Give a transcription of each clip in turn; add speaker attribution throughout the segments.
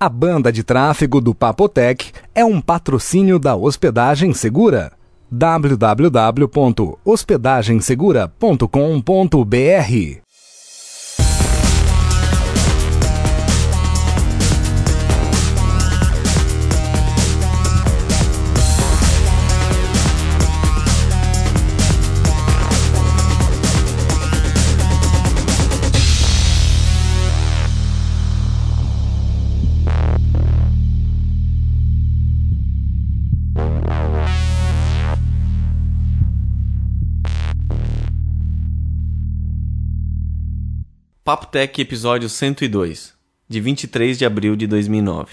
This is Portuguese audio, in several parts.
Speaker 1: A banda de tráfego do Papotec é um patrocínio da Hospedagem Segura. www.hospedagensegura.com.br
Speaker 2: Papo Tech, episódio 102, de 23 de abril de 2009.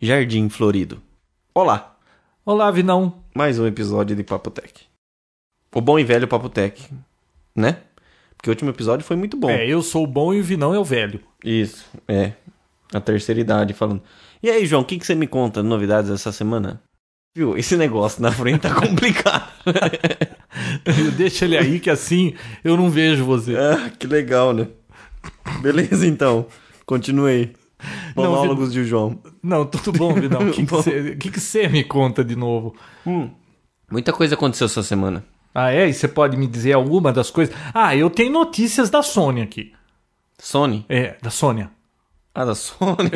Speaker 2: Jardim Florido. Olá,
Speaker 3: Olá, Vinão.
Speaker 2: mais um episódio de Papo Tech. O bom e velho Papo Tech, né? Porque o último episódio foi muito bom.
Speaker 3: É, eu sou o bom e o Vinão é o velho.
Speaker 2: Isso, é. A terceira idade falando. E aí, João, o que, que você me conta de novidades essa semana? Viu, esse negócio na frente tá complicado.
Speaker 3: Deixa ele aí que assim eu não vejo você.
Speaker 2: ah, que legal, né? Beleza, então. Continuei.
Speaker 3: Não,
Speaker 2: Monólogos de João.
Speaker 3: Não, tudo bom, Vinão. O que que
Speaker 2: Bom.
Speaker 3: você que que você me conta de novo?
Speaker 2: Hum. Muita coisa aconteceu essa semana.
Speaker 3: Ah, é? E você pode me dizer alguma das coisas? Ah, eu tenho notícias da Sônia aqui.
Speaker 2: Sony?
Speaker 3: É, da Sônia.
Speaker 2: Ah, da Sony.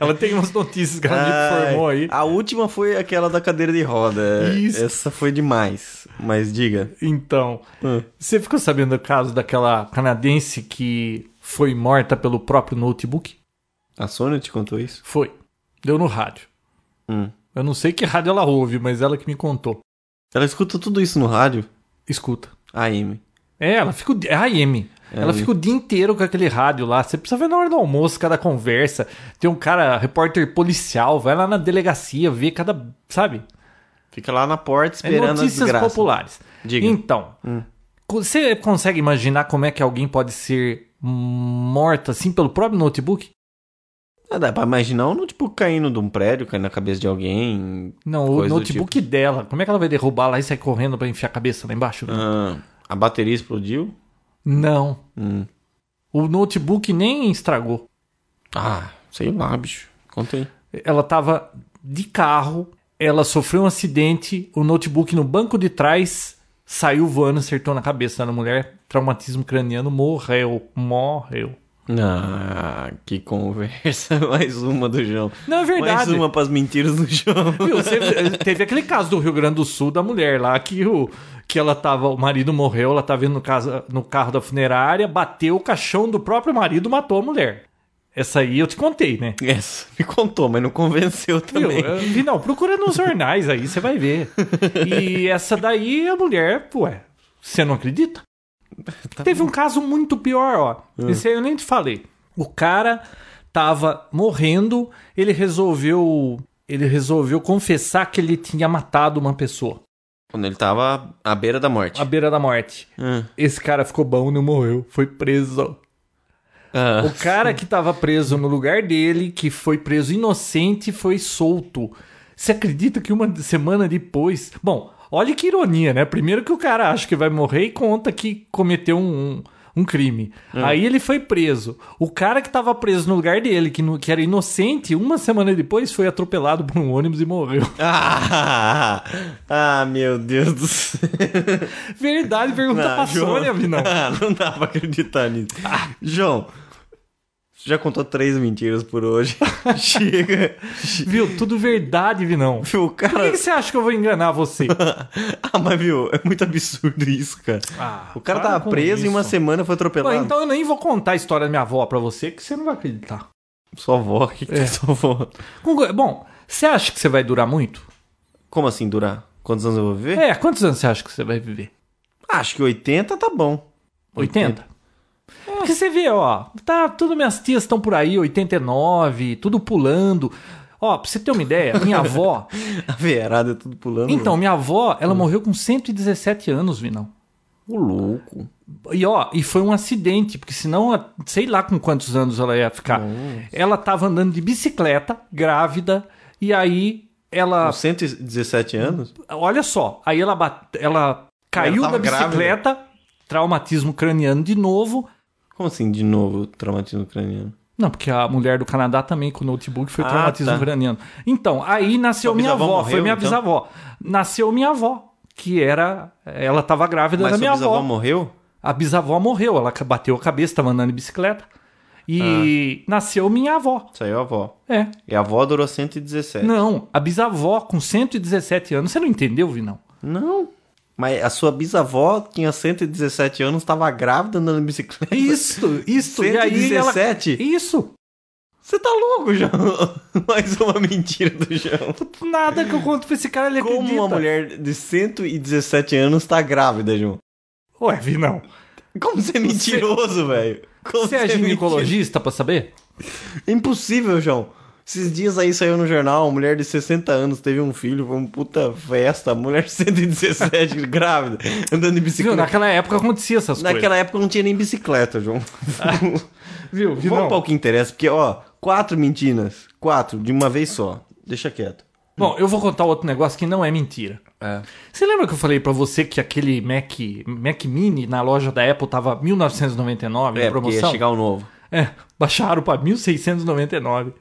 Speaker 3: Ela tem umas notícias que ela me
Speaker 2: Ai,
Speaker 3: informou aí.
Speaker 2: A última foi aquela da cadeira de roda.
Speaker 3: Isso.
Speaker 2: Essa foi demais. Mas diga.
Speaker 3: Então,
Speaker 2: Hum.
Speaker 3: você ficou sabendo do caso daquela canadense que foi morta pelo próprio notebook?
Speaker 2: A Sony te contou isso?
Speaker 3: Foi. Deu no rádio.
Speaker 2: Hum.
Speaker 3: Eu não sei que rádio ela ouve, mas ela que me contou.
Speaker 2: Ela escuta tudo isso no rádio?
Speaker 3: Escuta.
Speaker 2: AM.
Speaker 3: É, ela fica o di- é AM. Ela
Speaker 2: AM.
Speaker 3: fica o dia inteiro com aquele rádio lá. Você precisa ver na hora do almoço, cada conversa. Tem um cara, repórter policial, vai lá na delegacia, vê cada. Sabe?
Speaker 2: Fica lá na porta
Speaker 3: É
Speaker 2: esperando as
Speaker 3: notícias
Speaker 2: desgraças.
Speaker 3: populares.
Speaker 2: Diga. Hum.
Speaker 3: Então, co- você consegue imaginar como é que alguém pode ser morto assim pelo próprio notebook?
Speaker 2: Ah, dá pra imaginar um notebook caindo de um prédio, caindo na cabeça de alguém.
Speaker 3: Não,
Speaker 2: Coisa
Speaker 3: o
Speaker 2: do tipo.
Speaker 3: notebook dela. Como é que ela vai derrubar lá e sair correndo pra enfiar a cabeça lá embaixo?
Speaker 2: Ah, a bateria explodiu.
Speaker 3: Não.
Speaker 2: Hum.
Speaker 3: O notebook nem estragou.
Speaker 2: Ah, sei lá, bicho. Contei.
Speaker 3: Ela estava de carro, ela sofreu um acidente, o notebook no banco de trás saiu voando, acertou na cabeça da mulher, traumatismo craniano, morreu, morreu.
Speaker 2: Ah, que conversa. Mais uma do João.
Speaker 3: Não, é
Speaker 2: Mais
Speaker 3: verdade.
Speaker 2: uma pras mentiras do João.
Speaker 3: Viu, você- teve aquele caso do Rio Grande do Sul da mulher lá que o que ela tava, o marido morreu, ela tava indo no, casa, no carro da funerária, bateu o caixão do próprio marido, matou a mulher. Essa aí eu te contei, né?
Speaker 2: Essa me contou, mas não convenceu
Speaker 3: Viu?
Speaker 2: também.
Speaker 3: Eh, Não, procura nos jornais aí, você vai ver. E essa daí, a mulher, ué, você não acredita? Teve um caso muito pior, ó. Esse aí eu nem te falei. O cara tava morrendo, ele resolveu. Ele resolveu confessar que ele tinha matado uma pessoa
Speaker 2: Quando ele tava à beira da morte.
Speaker 3: à beira da morte.
Speaker 2: Ah.
Speaker 3: Esse cara ficou bom e não morreu, foi preso.
Speaker 2: Ah.
Speaker 3: O cara que tava preso no lugar dele, que foi preso inocente, foi solto. Você acredita que uma semana depois. Bom, olha que ironia, né? Primeiro que o cara acha que vai morrer e conta que cometeu um, um crime.
Speaker 2: É.
Speaker 3: Aí ele foi preso. O cara que tava preso no lugar dele, que, no- que era inocente, uma semana depois foi atropelado por um ônibus e morreu.
Speaker 2: Ah, ah, meu Deus do céu.
Speaker 3: Verdade, pergunta
Speaker 2: Não,
Speaker 3: pra
Speaker 2: João.
Speaker 3: Sônia, Vinão.
Speaker 2: Ah, não dá pra acreditar nisso. João, você já contou três mentiras por hoje. Chega. Che-
Speaker 3: Viu? Tudo verdade, Vinão.
Speaker 2: Viu, o
Speaker 3: Por que
Speaker 2: cara.
Speaker 3: que você acha que eu vou enganar você?
Speaker 2: Ah, mas viu, é muito absurdo isso, cara.
Speaker 3: Ah,
Speaker 2: O cara
Speaker 3: para
Speaker 2: tava
Speaker 3: com
Speaker 2: preso e uma
Speaker 3: isso.
Speaker 2: semana foi
Speaker 3: Pô,
Speaker 2: atropelado.
Speaker 3: então eu nem vou contar a história da minha avó pra você, que você não vai acreditar.
Speaker 2: Sua avó, o que, que é.
Speaker 3: É.
Speaker 2: sua avó?
Speaker 3: Congo- Bom, você acha que você vai durar muito?
Speaker 2: Como assim durar? Quantos anos eu vou viver?
Speaker 3: É, quantos anos você acha que você vai viver?
Speaker 2: Acho que 80 tá bom.
Speaker 3: 80? Porque você vê, ó, tá, tudo minhas tias estão por aí, 89, tudo pulando. Ó, pra você ter uma ideia, minha avó.
Speaker 2: A verada é tudo pulando.
Speaker 3: Então, minha avó, ela morreu com 117 anos, Vinão.
Speaker 2: O louco.
Speaker 3: E ó, e foi um acidente, porque senão, sei lá com quantos anos ela ia ficar. Ela tava andando de bicicleta, grávida, e aí ela
Speaker 2: Com 117 anos?
Speaker 3: Olha só, aí ela, bate- ela caiu
Speaker 2: tava
Speaker 3: da bicicleta, traumatismo craniano de novo.
Speaker 2: Como assim, de novo, traumatismo craniano?
Speaker 3: Não, porque a mulher do Canadá também com o notebook foi
Speaker 2: Ah,
Speaker 3: traumatismo
Speaker 2: tá.
Speaker 3: ucraniano. Então, aí nasceu
Speaker 2: Sua
Speaker 3: minha
Speaker 2: bisavó
Speaker 3: avó, foi
Speaker 2: morreu,
Speaker 3: minha
Speaker 2: então?
Speaker 3: bisavó. Nasceu minha avó, que era. Ela estava grávida
Speaker 2: Mas
Speaker 3: da minha
Speaker 2: sua bisavó
Speaker 3: avó.
Speaker 2: morreu?
Speaker 3: A bisavó morreu, ela ca- bateu a cabeça, estava andando de bicicleta. E
Speaker 2: Ah.
Speaker 3: nasceu minha avó.
Speaker 2: Saiu a avó.
Speaker 3: É.
Speaker 2: E a avó durou 117.
Speaker 3: Não, a bisavó com 117 anos. Você não entendeu, Vinão?
Speaker 2: Não. Mas a sua bisavó tinha 117 anos, estava grávida andando de bicicleta.
Speaker 3: Isso, isso. E
Speaker 2: 117?
Speaker 3: aí ela... Isso.
Speaker 2: Você tá louco, João? Mais uma mentira do João.
Speaker 3: Nada que eu conto pra esse cara, ele
Speaker 2: Como
Speaker 3: acredita.
Speaker 2: uma mulher de 117 anos tá grávida, João?
Speaker 3: Ué, Vinão,
Speaker 2: Como você é mentiroso, velho? Como
Speaker 3: você é
Speaker 2: mentiroso?
Speaker 3: ginecologista pra saber?
Speaker 2: Impossível, João. Esses dias aí saiu no jornal, uma mulher de 60 anos teve um filho, foi uma puta festa, mulher de 117 grávida, andando de
Speaker 3: Viu,
Speaker 2: bicicleta.
Speaker 3: naquela época acontecia essas
Speaker 2: Naquela época não tinha nem bicicleta, João. Ah.
Speaker 3: coisas. Viu, Vinão?
Speaker 2: Vamos para o que interessa, porque, ó, quatro mentiras, quatro, de uma vez só. Deixa quieto.
Speaker 3: Bom, eu vou contar outro negócio que não é mentira.
Speaker 2: É.
Speaker 3: Você lembra que eu falei pra você que aquele Mac, Mac Mini na loja da Apple tava 1999
Speaker 2: É,
Speaker 3: na
Speaker 2: porque ia
Speaker 3: promoção?
Speaker 2: chegar o novo.
Speaker 3: É, baixaram pra 1699.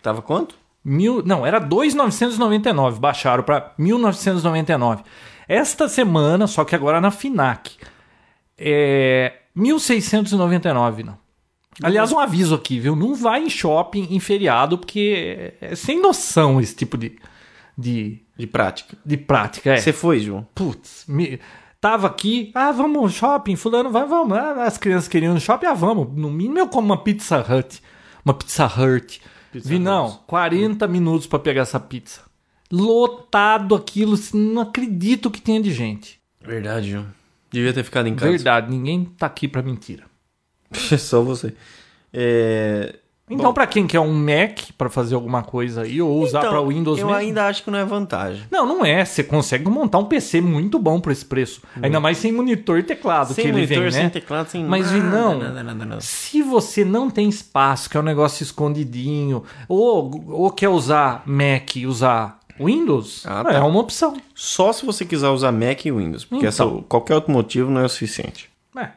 Speaker 2: Tava quanto?
Speaker 3: Mil, não, era 2.999, baixaram para 1.999. Esta semana, só que agora na Finac, é 1.699, não. Aliás, um aviso aqui, viu? Não vai em shopping em feriado, porque é é sem noção esse tipo de, de,
Speaker 2: De prática.
Speaker 3: de prática. É.
Speaker 2: Você foi, João?
Speaker 3: Putz, me- tava aqui, ah, vamos ao shopping, fulano, vai, vamos. Ah, as crianças queriam ir no shopping, ah, vamos. No mínimo eu como uma Pizza Hut. Uma Pizza Hut. Vi, não, 40 minutos pra pegar essa pizza. Lotado aquilo, assim, não acredito que tenha de gente.
Speaker 2: Verdade, João. Devia ter ficado em casa.
Speaker 3: Verdade, ninguém tá aqui pra mentira.
Speaker 2: Só você. É...
Speaker 3: Então, pra quem quer um Mac pra fazer alguma coisa aí, ou usar
Speaker 2: Então,
Speaker 3: pra Windows
Speaker 2: eu
Speaker 3: mesmo.
Speaker 2: ainda acho que não é vantagem.
Speaker 3: Não, não é. Você consegue montar um PC muito bom por esse preço. Ainda mais sem monitor e teclado que
Speaker 2: sem
Speaker 3: ele
Speaker 2: monitor,
Speaker 3: vem, né?
Speaker 2: sem teclado, Ah, sem
Speaker 3: Mas,
Speaker 2: nada,
Speaker 3: Vinão,
Speaker 2: nada, nada, nada.
Speaker 3: Se você não tem espaço, quer um negócio escondidinho, ou, ou quer usar Mac e usar Windows,
Speaker 2: Ah, tá.
Speaker 3: é uma opção.
Speaker 2: Só se você quiser usar Mac e Windows, porque essa-
Speaker 3: Então.
Speaker 2: qualquer outro motivo não é o suficiente.
Speaker 3: É.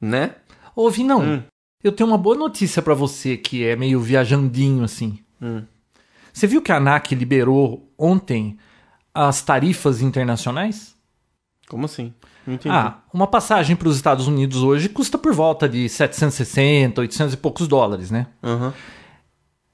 Speaker 2: Né?
Speaker 3: Ô, Vinão,
Speaker 2: Hum.
Speaker 3: eu tenho uma boa notícia pra você que é meio viajandinho assim.
Speaker 2: Hum.
Speaker 3: Você viu que a ANAC liberou ontem as tarifas internacionais?
Speaker 2: Como assim? Não entendi.
Speaker 3: Ah, uma passagem para os Estados Unidos hoje custa por volta de 760, 800 e poucos dólares, né?
Speaker 2: Aham.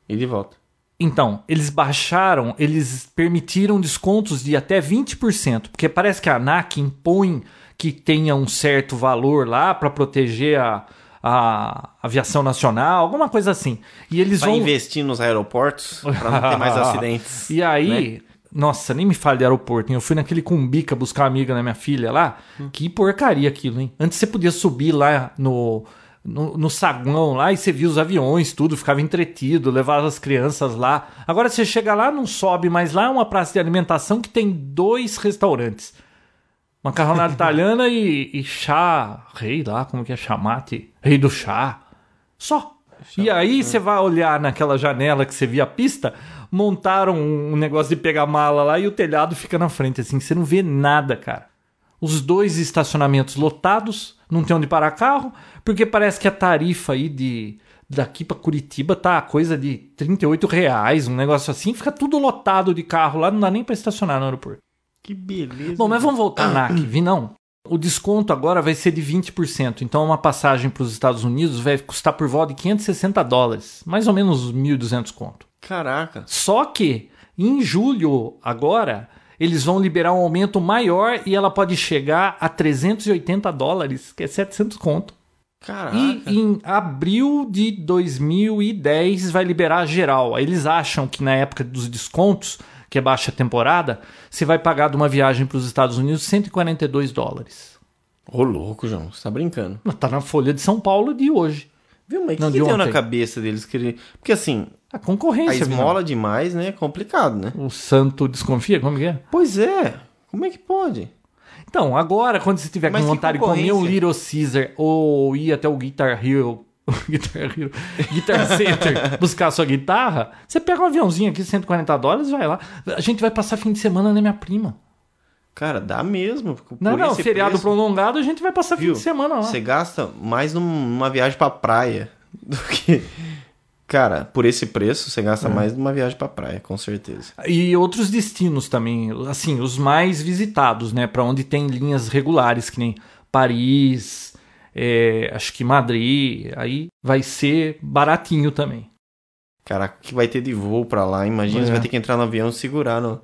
Speaker 2: E de volta.
Speaker 3: Então, eles baixaram, eles permitiram descontos de até 20%, porque parece que a ANAC impõe que tenha um certo valor lá para proteger a, a aviação nacional, alguma coisa assim. E eles
Speaker 2: Vai
Speaker 3: vão.
Speaker 2: investir nos aeroportos pra não ter mais acidentes. né?
Speaker 3: E aí, nossa, nem me fale de aeroporto, hein? Eu fui naquele Cumbica buscar uma amiga da minha filha lá. Que porcaria aquilo, hein? Antes você podia subir lá no, no, no saguão lá e você via os aviões, tudo, ficava entretido, levava as crianças lá. Agora você chega lá, não sobe, mas lá é uma praça de alimentação que tem dois restaurantes. Macarronada italiana e, e chá, rei lá, como que é chamate? Rei do chá. Só. E aí você vai olhar naquela janela que você via a pista, montaram um um negócio de pegar mala lá e o telhado fica na frente, assim, você não vê nada, cara. Os dois estacionamentos lotados, não tem onde parar carro, porque parece que a tarifa aí de daqui pra Curitiba tá coisa de 38 reais, um negócio assim, fica tudo lotado de carro lá, não dá nem pra estacionar no aeroporto.
Speaker 2: Que beleza.
Speaker 3: Bom, mas vamos voltar na NAC, Vinão. O desconto agora vai ser de 20%. Então, uma passagem para os Estados Unidos vai custar por volta de 560 dólares. Mais ou menos 1.200 conto.
Speaker 2: Caraca.
Speaker 3: Só que, em julho, agora, eles vão liberar um aumento maior e ela pode chegar a 380 dólares, que é 700 conto.
Speaker 2: Caraca.
Speaker 3: E em abril de 2010 vai liberar geral. Aí Eles acham que na época dos descontos, que é baixa temporada, você vai pagar de uma viagem para os Estados Unidos 142 dólares.
Speaker 2: Ô, louco, João. Você tá brincando.
Speaker 3: Mas Tá na folha de São Paulo de hoje.
Speaker 2: Viu, mas o
Speaker 3: Não,
Speaker 2: que, que
Speaker 3: de
Speaker 2: deu na
Speaker 3: ontem.
Speaker 2: cabeça deles? querer- Porque assim,
Speaker 3: A
Speaker 2: a
Speaker 3: Tá concorrência.
Speaker 2: esmola demais, né? É complicado, né?
Speaker 3: Vinão. O santo desconfia? Como que é?
Speaker 2: Pois é. Como é que pode?
Speaker 3: Então, agora, quando você tiver
Speaker 2: Mas
Speaker 3: com
Speaker 2: que
Speaker 3: vontade de comer um
Speaker 2: concorrência?
Speaker 3: Little Caesar ou ir até o Guitar Hero, Guitar Hero, Guitar Center, buscar a sua guitarra, você pega um aviãozinho aqui, 140 dólares, vai lá. A gente vai passar fim de semana na minha prima.
Speaker 2: Cara, dá mesmo. Por
Speaker 3: Não, não,
Speaker 2: esse
Speaker 3: feriado
Speaker 2: preço,
Speaker 3: prolongado, a gente vai passar fim
Speaker 2: viu?
Speaker 3: de semana lá.
Speaker 2: Você gasta mais num- numa viagem pra praia do que Cara, por esse preço, você
Speaker 3: É.
Speaker 2: gasta mais numa viagem pra praia, com certeza.
Speaker 3: E outros destinos também, assim, os mais visitados, né? Para onde tem linhas regulares, que nem Paris, é, acho que Madrid, aí vai ser baratinho também.
Speaker 2: Caraca, o que vai ter de voo pra lá? Imagina,
Speaker 3: É.
Speaker 2: você vai ter que entrar no avião e segurar no...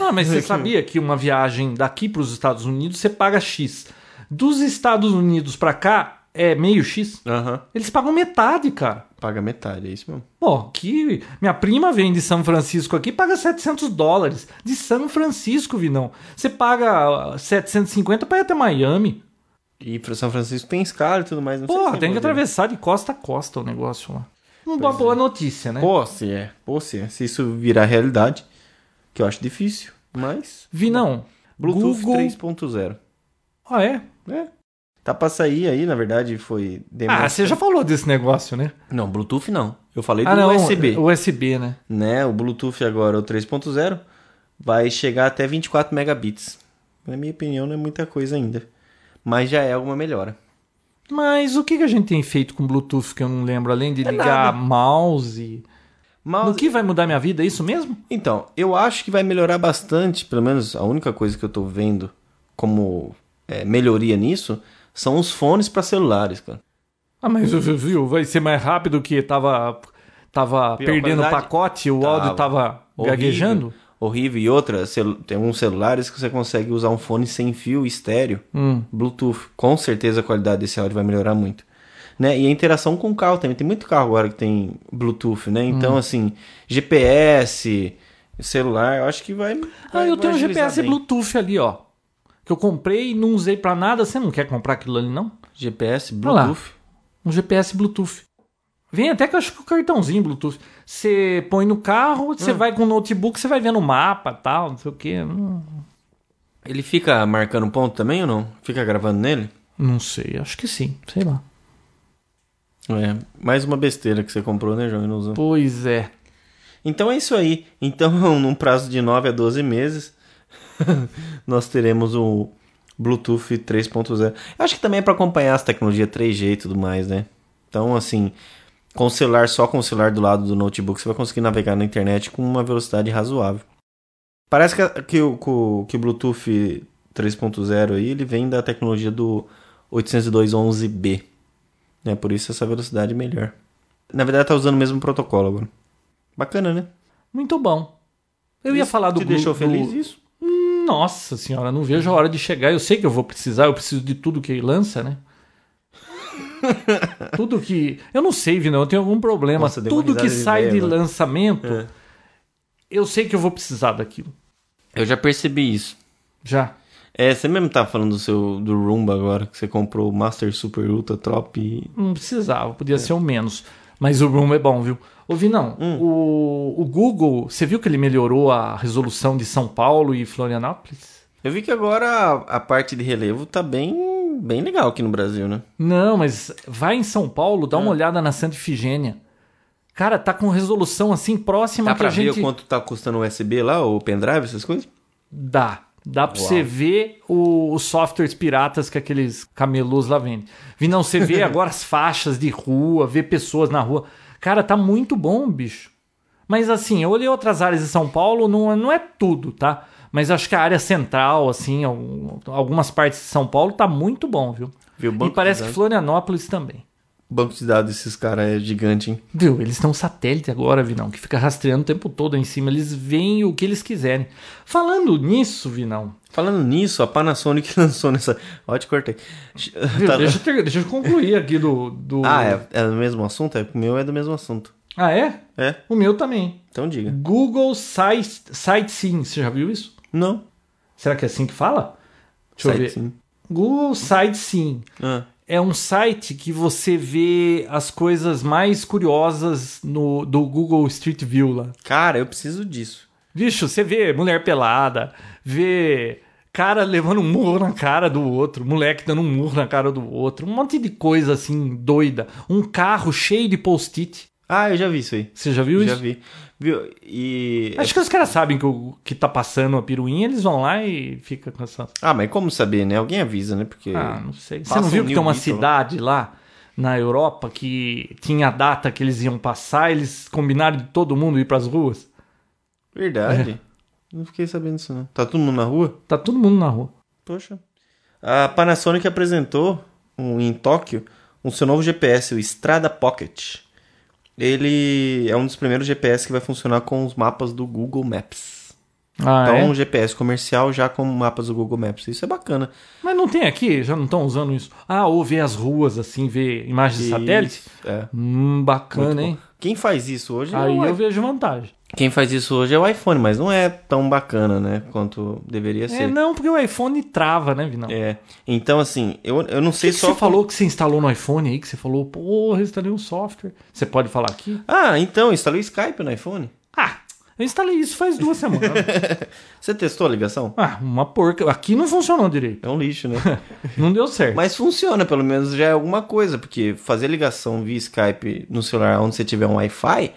Speaker 3: Ah, mas você
Speaker 2: Aqui.
Speaker 3: sabia que uma viagem daqui para os Estados Unidos você paga X. Dos Estados Unidos para cá é meio X?
Speaker 2: Aham.
Speaker 3: Eles pagam metade, cara.
Speaker 2: Paga metade, é isso mesmo.
Speaker 3: Pô, que. Minha prima vem de São Francisco aqui e paga 700 dólares. De São Francisco, Vinão. Você paga ah, 750 para ir até Miami.
Speaker 2: E pra São Francisco tem escala e tudo mais. Não
Speaker 3: Porra,
Speaker 2: sei é
Speaker 3: tem que atravessar de costa a costa o negócio lá. Uma boa, boa notícia, né?
Speaker 2: Pô, se é. Pô, se é. Se isso virar realidade, que eu acho difícil. Mas...
Speaker 3: Vinão.
Speaker 2: Bluetooth
Speaker 3: Google...
Speaker 2: 3.0.
Speaker 3: Ah, é?
Speaker 2: É. Tá pra sair aí, na verdade, foi...
Speaker 3: Ah,
Speaker 2: demonstra-
Speaker 3: você já falou desse negócio, né?
Speaker 2: Não, Bluetooth não. Eu falei
Speaker 3: Ah,
Speaker 2: do
Speaker 3: não.
Speaker 2: USB.
Speaker 3: USB, né?
Speaker 2: né? O Bluetooth agora, o 3.0, vai chegar até 24 megabits. Na minha opinião, não é muita coisa ainda. Mas já é alguma melhora.
Speaker 3: Mas o que que a gente tem feito com Bluetooth que eu não lembro? Além de ligar mouse.
Speaker 2: É Mouse-
Speaker 3: No que vai mudar minha vida? É isso mesmo?
Speaker 2: Então, eu acho que vai melhorar bastante, pelo menos a única coisa que eu tô vendo como é, melhoria nisso, são os fones para celulares, cara.
Speaker 3: Ah, mas viu, viu? Vai ser mais rápido que tava, tava
Speaker 2: Viu, a
Speaker 3: perdendo o
Speaker 2: qualidade?
Speaker 3: pacote, o áudio tava
Speaker 2: Horrível.
Speaker 3: gaguejando?
Speaker 2: Horrível. E outra, celu- tem uns celulares que você consegue usar um fone sem fio estéreo,
Speaker 3: Hum.
Speaker 2: Bluetooth. Com certeza a qualidade desse áudio vai melhorar muito. Né? E a interação com o carro também. Tem muito carro agora que tem Bluetooth, né? Então,
Speaker 3: Hum.
Speaker 2: assim, GPS, celular, eu acho que vai.
Speaker 3: Ah,
Speaker 2: vai-
Speaker 3: eu
Speaker 2: vai
Speaker 3: tenho um
Speaker 2: agilizar
Speaker 3: GPS
Speaker 2: bem.
Speaker 3: Bluetooth ali, ó. Que eu comprei e não usei pra nada. Você não quer comprar aquilo ali, não?
Speaker 2: GPS,
Speaker 3: Olha lá.
Speaker 2: Bluetooth.
Speaker 3: Um GPS Bluetooth. Vem até que eu acho que o cartãozinho Bluetooth. Você põe no carro, você
Speaker 2: Hum.
Speaker 3: vai com o notebook, você vai vendo o mapa tal, não sei o quê. Hum,
Speaker 2: Ele fica marcando um ponto também ou não? Fica gravando nele?
Speaker 3: não sei, acho que sim, sei lá.
Speaker 2: É, mais uma besteira que você comprou, né, João? E não usou.
Speaker 3: Pois é.
Speaker 2: Então é isso aí. Então, num prazo de 9 a 12 meses, nós teremos o Bluetooth 3.0. Eu Acho que também é para acompanhar as tecnologias 3G e tudo mais, né? Então, assim, com o celular, só com o celular do lado do notebook, você vai conseguir navegar na internet com uma velocidade razoável. Parece que, a- que, o, que o- que o Bluetooth 3.0 aí, ele vem da tecnologia do 802.11b. Né? Por isso essa velocidade é melhor. Na verdade, está usando o mesmo protocolo agora. Bacana, né?
Speaker 3: Muito bom. Eu ia
Speaker 2: Isso
Speaker 3: falar do
Speaker 2: Te
Speaker 3: Glu-
Speaker 2: deixou
Speaker 3: do-
Speaker 2: feliz isso?
Speaker 3: Nossa senhora, não vejo a hora de chegar. Eu sei que eu vou precisar, eu preciso de tudo que lança, né? tudo que. Eu não sei, Vinão, eu tenho algum problema.
Speaker 2: Nossa, deu uma
Speaker 3: tudo que
Speaker 2: risada de
Speaker 3: sai de
Speaker 2: ideia, mano.
Speaker 3: lançamento,
Speaker 2: É.
Speaker 3: eu sei que eu vou precisar daquilo.
Speaker 2: Eu já percebi isso.
Speaker 3: Já.
Speaker 2: É, você mesmo tá falando do seu do Roomba agora, que você comprou o Master Super Ultra Trop e.
Speaker 3: Não precisava, podia ser o menos. Mas o Room é bom, viu? Ô, Vinão,
Speaker 2: Hum.
Speaker 3: o, o Google, você viu que ele melhorou a resolução de São Paulo e Florianópolis?
Speaker 2: Eu vi que agora a, a parte de relevo tá bem, bem legal aqui no Brasil, né?
Speaker 3: Não, mas vai em São Paulo,
Speaker 2: Ah.
Speaker 3: dá uma olhada na Santa Ifigênia. Cara, tá com resolução assim próxima
Speaker 2: Dá
Speaker 3: que
Speaker 2: pra
Speaker 3: a
Speaker 2: ver
Speaker 3: gente
Speaker 2: quanto tá custando o USB lá, ou o pendrive, essas coisas?
Speaker 3: dá. Dá pra você ver o- os softwares piratas que aqueles camelôs lá vendem. Vinão, você vê agora as faixas de rua, vê pessoas na rua. Cara, tá muito bom, bicho. Mas assim, eu olhei outras áreas de São Paulo, não, não é tudo, tá? Mas acho que a área central, assim, algum- algumas partes de São Paulo, tá muito bom, viu?
Speaker 2: Viu, banco
Speaker 3: E
Speaker 2: de
Speaker 3: parece que
Speaker 2: dados.
Speaker 3: Florianópolis também.
Speaker 2: O banco de dados desses caras é gigante, hein?
Speaker 3: Viu? Eles têm um satélite agora, Vinão, que fica rastreando o tempo todo aí em cima. Eles veem o que eles quiserem. Falando nisso, Vinão.
Speaker 2: Falando nisso, a Panasonic lançou nessa. Ó, te cortei.
Speaker 3: viu?
Speaker 2: Tá-
Speaker 3: Deixa, eu ter- deixa eu concluir aqui do. do...
Speaker 2: Ah, é, é do mesmo assunto? É, o meu é do mesmo assunto.
Speaker 3: Ah, é?
Speaker 2: É,
Speaker 3: O meu também.
Speaker 2: então diga.
Speaker 3: Google Site, Sightseeing. Você já viu isso?
Speaker 2: Não.
Speaker 3: Será que é assim que fala? Deixa eu ver.
Speaker 2: Sightseeing.
Speaker 3: Google Sightseeing.
Speaker 2: Ah.
Speaker 3: É um site que você vê as coisas mais curiosas no, do Google Street View lá.
Speaker 2: Cara, eu preciso disso.
Speaker 3: Bicho, você vê mulher pelada, vê cara levando um murro na cara do outro, moleque dando um murro na cara do outro, um monte de coisa assim doida. Um carro cheio de post-it.
Speaker 2: Ah, eu já vi isso aí.
Speaker 3: Você já viu
Speaker 2: já
Speaker 3: isso?
Speaker 2: vi. Viu? E.
Speaker 3: Acho que os caras sabem que, o, que tá passando a piruinha, eles vão lá e fica com essa.
Speaker 2: Ah, mas como saber, né? Alguém avisa, né? Porque.
Speaker 3: Ah, não sei. Você
Speaker 2: Passa
Speaker 3: não
Speaker 2: um
Speaker 3: viu que tem
Speaker 2: New
Speaker 3: uma
Speaker 2: Beetle lá.
Speaker 3: cidade lá? na Europa que tinha a data que eles iam passar, eles combinaram de todo mundo ir pras ruas?
Speaker 2: Verdade.
Speaker 3: É.
Speaker 2: Não fiquei sabendo disso, não. Tá todo mundo na rua?
Speaker 3: Tá todo mundo na rua.
Speaker 2: Poxa. A Panasonic apresentou um, em Tóquio um seu novo GPS, o Strada Pocket. Ele é um dos primeiros GPS que vai funcionar com os mapas do Google Maps.
Speaker 3: Ah,
Speaker 2: então,
Speaker 3: é?
Speaker 2: um GPS comercial já com mapas do Google Maps. Isso é bacana.
Speaker 3: Mas não tem aqui? Já não estão usando isso? Ah, ou ver as ruas assim, ver imagens de satélite?
Speaker 2: Isso, É.
Speaker 3: Hum,
Speaker 2: Muito
Speaker 3: bacana,
Speaker 2: bom.
Speaker 3: hein?
Speaker 2: Quem faz isso hoje é
Speaker 3: Aí
Speaker 2: o
Speaker 3: eu vejo vantagem.
Speaker 2: Quem faz isso hoje é o iPhone, mas não é tão bacana, né? Quanto deveria
Speaker 3: É,
Speaker 2: ser.
Speaker 3: não, porque o iPhone trava, né, Vinão?
Speaker 2: É. Então, assim, eu, eu não
Speaker 3: que,
Speaker 2: sei
Speaker 3: que
Speaker 2: só.
Speaker 3: você falou que você instalou no iPhone aí? Que você falou, porra, eu instalei um software. Você pode falar aqui?
Speaker 2: Ah, então, instalei o Skype no iPhone.
Speaker 3: Ah, eu instalei isso faz duas semanas.
Speaker 2: Você testou a ligação?
Speaker 3: ah, uma porca. Aqui não funcionou direito.
Speaker 2: É um lixo, né?
Speaker 3: Não deu certo.
Speaker 2: Mas funciona, pelo menos já é alguma coisa, porque fazer ligação via Skype no celular onde você tiver um Wi-Fi,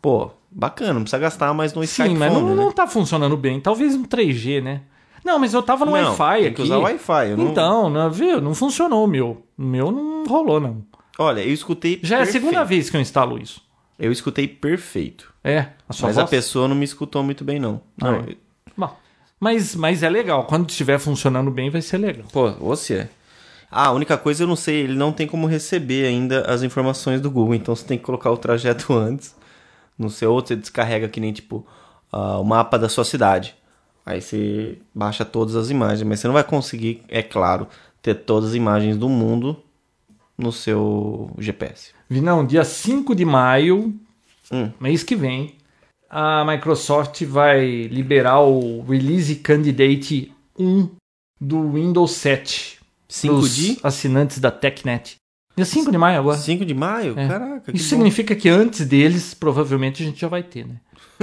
Speaker 2: pô, bacana, não precisa gastar mais no Skype.
Speaker 3: Sim, mas
Speaker 2: phone,
Speaker 3: não,
Speaker 2: né?
Speaker 3: não tá funcionando bem. Talvez um 3G, né? Não, mas eu tava no
Speaker 2: Não,
Speaker 3: Wi-Fi
Speaker 2: Tem que
Speaker 3: aqui.
Speaker 2: usar o Wi-Fi. eu não-
Speaker 3: Então, não, viu? Não funcionou o meu. O meu não rolou, não.
Speaker 2: Olha, eu escutei.
Speaker 3: Já é a
Speaker 2: perfeito.
Speaker 3: segunda vez que eu instalo isso.
Speaker 2: Eu escutei perfeito.
Speaker 3: É, a sua
Speaker 2: mas a
Speaker 3: voz.
Speaker 2: pessoa não me escutou muito bem, não. Não,
Speaker 3: Ah, é. Bom, mas, mas é legal. Quando estiver funcionando bem, vai ser legal.
Speaker 2: Pô, você. Ah, a única coisa eu não sei, ele não tem como receber ainda as informações do Google, então você tem que colocar o trajeto antes. Não sei, ou você descarrega que nem tipo ah, o mapa da sua cidade. Aí você baixa todas as imagens, mas você não vai conseguir, é claro, ter todas as imagens do mundo no seu GPS.
Speaker 3: Vinão, dia 5 de maio,
Speaker 2: Hum.
Speaker 3: mês que vem, a Microsoft vai liberar o Release Candidate 1 do Windows 7
Speaker 2: 5
Speaker 3: pros
Speaker 2: de
Speaker 3: assinantes da TechNet. Dia 5 de maio agora.
Speaker 2: 5 de maio?
Speaker 3: É.
Speaker 2: Caraca, que
Speaker 3: Isso
Speaker 2: bom.
Speaker 3: significa que antes deles, provavelmente a gente já vai ter, né?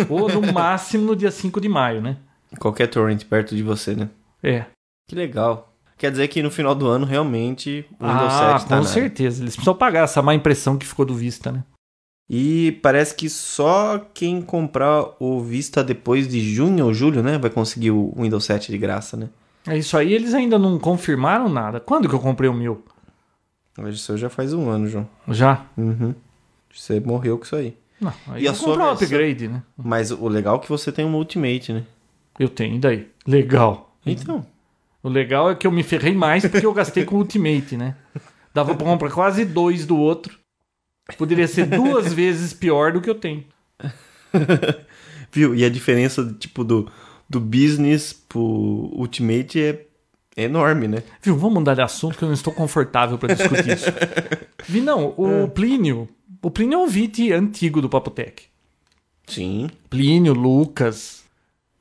Speaker 3: Ou no máximo no dia 5 de maio, né?
Speaker 2: qualquer torrent perto de você, né?
Speaker 3: É.
Speaker 2: Que legal. Quer dizer que no final do ano realmente o Windows
Speaker 3: ah,
Speaker 2: 7 tá
Speaker 3: com
Speaker 2: na-
Speaker 3: certeza. Eles precisam pagar essa má impressão que ficou do Vista, né?
Speaker 2: E parece que só quem comprar o Vista depois de junho ou julho, né? Vai conseguir o Windows 7 de graça, né?
Speaker 3: É isso aí, eles ainda não confirmaram nada. Quando que eu comprei o meu?
Speaker 2: Veja, o seu já faz um ano, João.
Speaker 3: Já?
Speaker 2: Uhum. Você morreu com isso aí.
Speaker 3: Não, aí
Speaker 2: E
Speaker 3: eu
Speaker 2: a
Speaker 3: vou
Speaker 2: sua
Speaker 3: comprar um
Speaker 2: versão?
Speaker 3: upgrade, né?
Speaker 2: Mas o legal é que você tem um Ultimate, né?
Speaker 3: Eu tenho, e daí? Legal.
Speaker 2: Então.
Speaker 3: O legal é que eu me ferrei mais porque eu gastei com o Ultimate, né? Dava pra comprar quase dois do outro. Poderia ser duas vezes pior do que eu tenho.
Speaker 2: Viu? E a diferença, tipo, do, do business pro Ultimate é enorme, né?
Speaker 3: Viu, vamos mudar de assunto que eu não estou confortável pra discutir isso. Vinão, o
Speaker 2: É.
Speaker 3: Plínio. O Plínio é um ouvinte antigo do Papotec.
Speaker 2: Sim.
Speaker 3: Plínio, Lucas,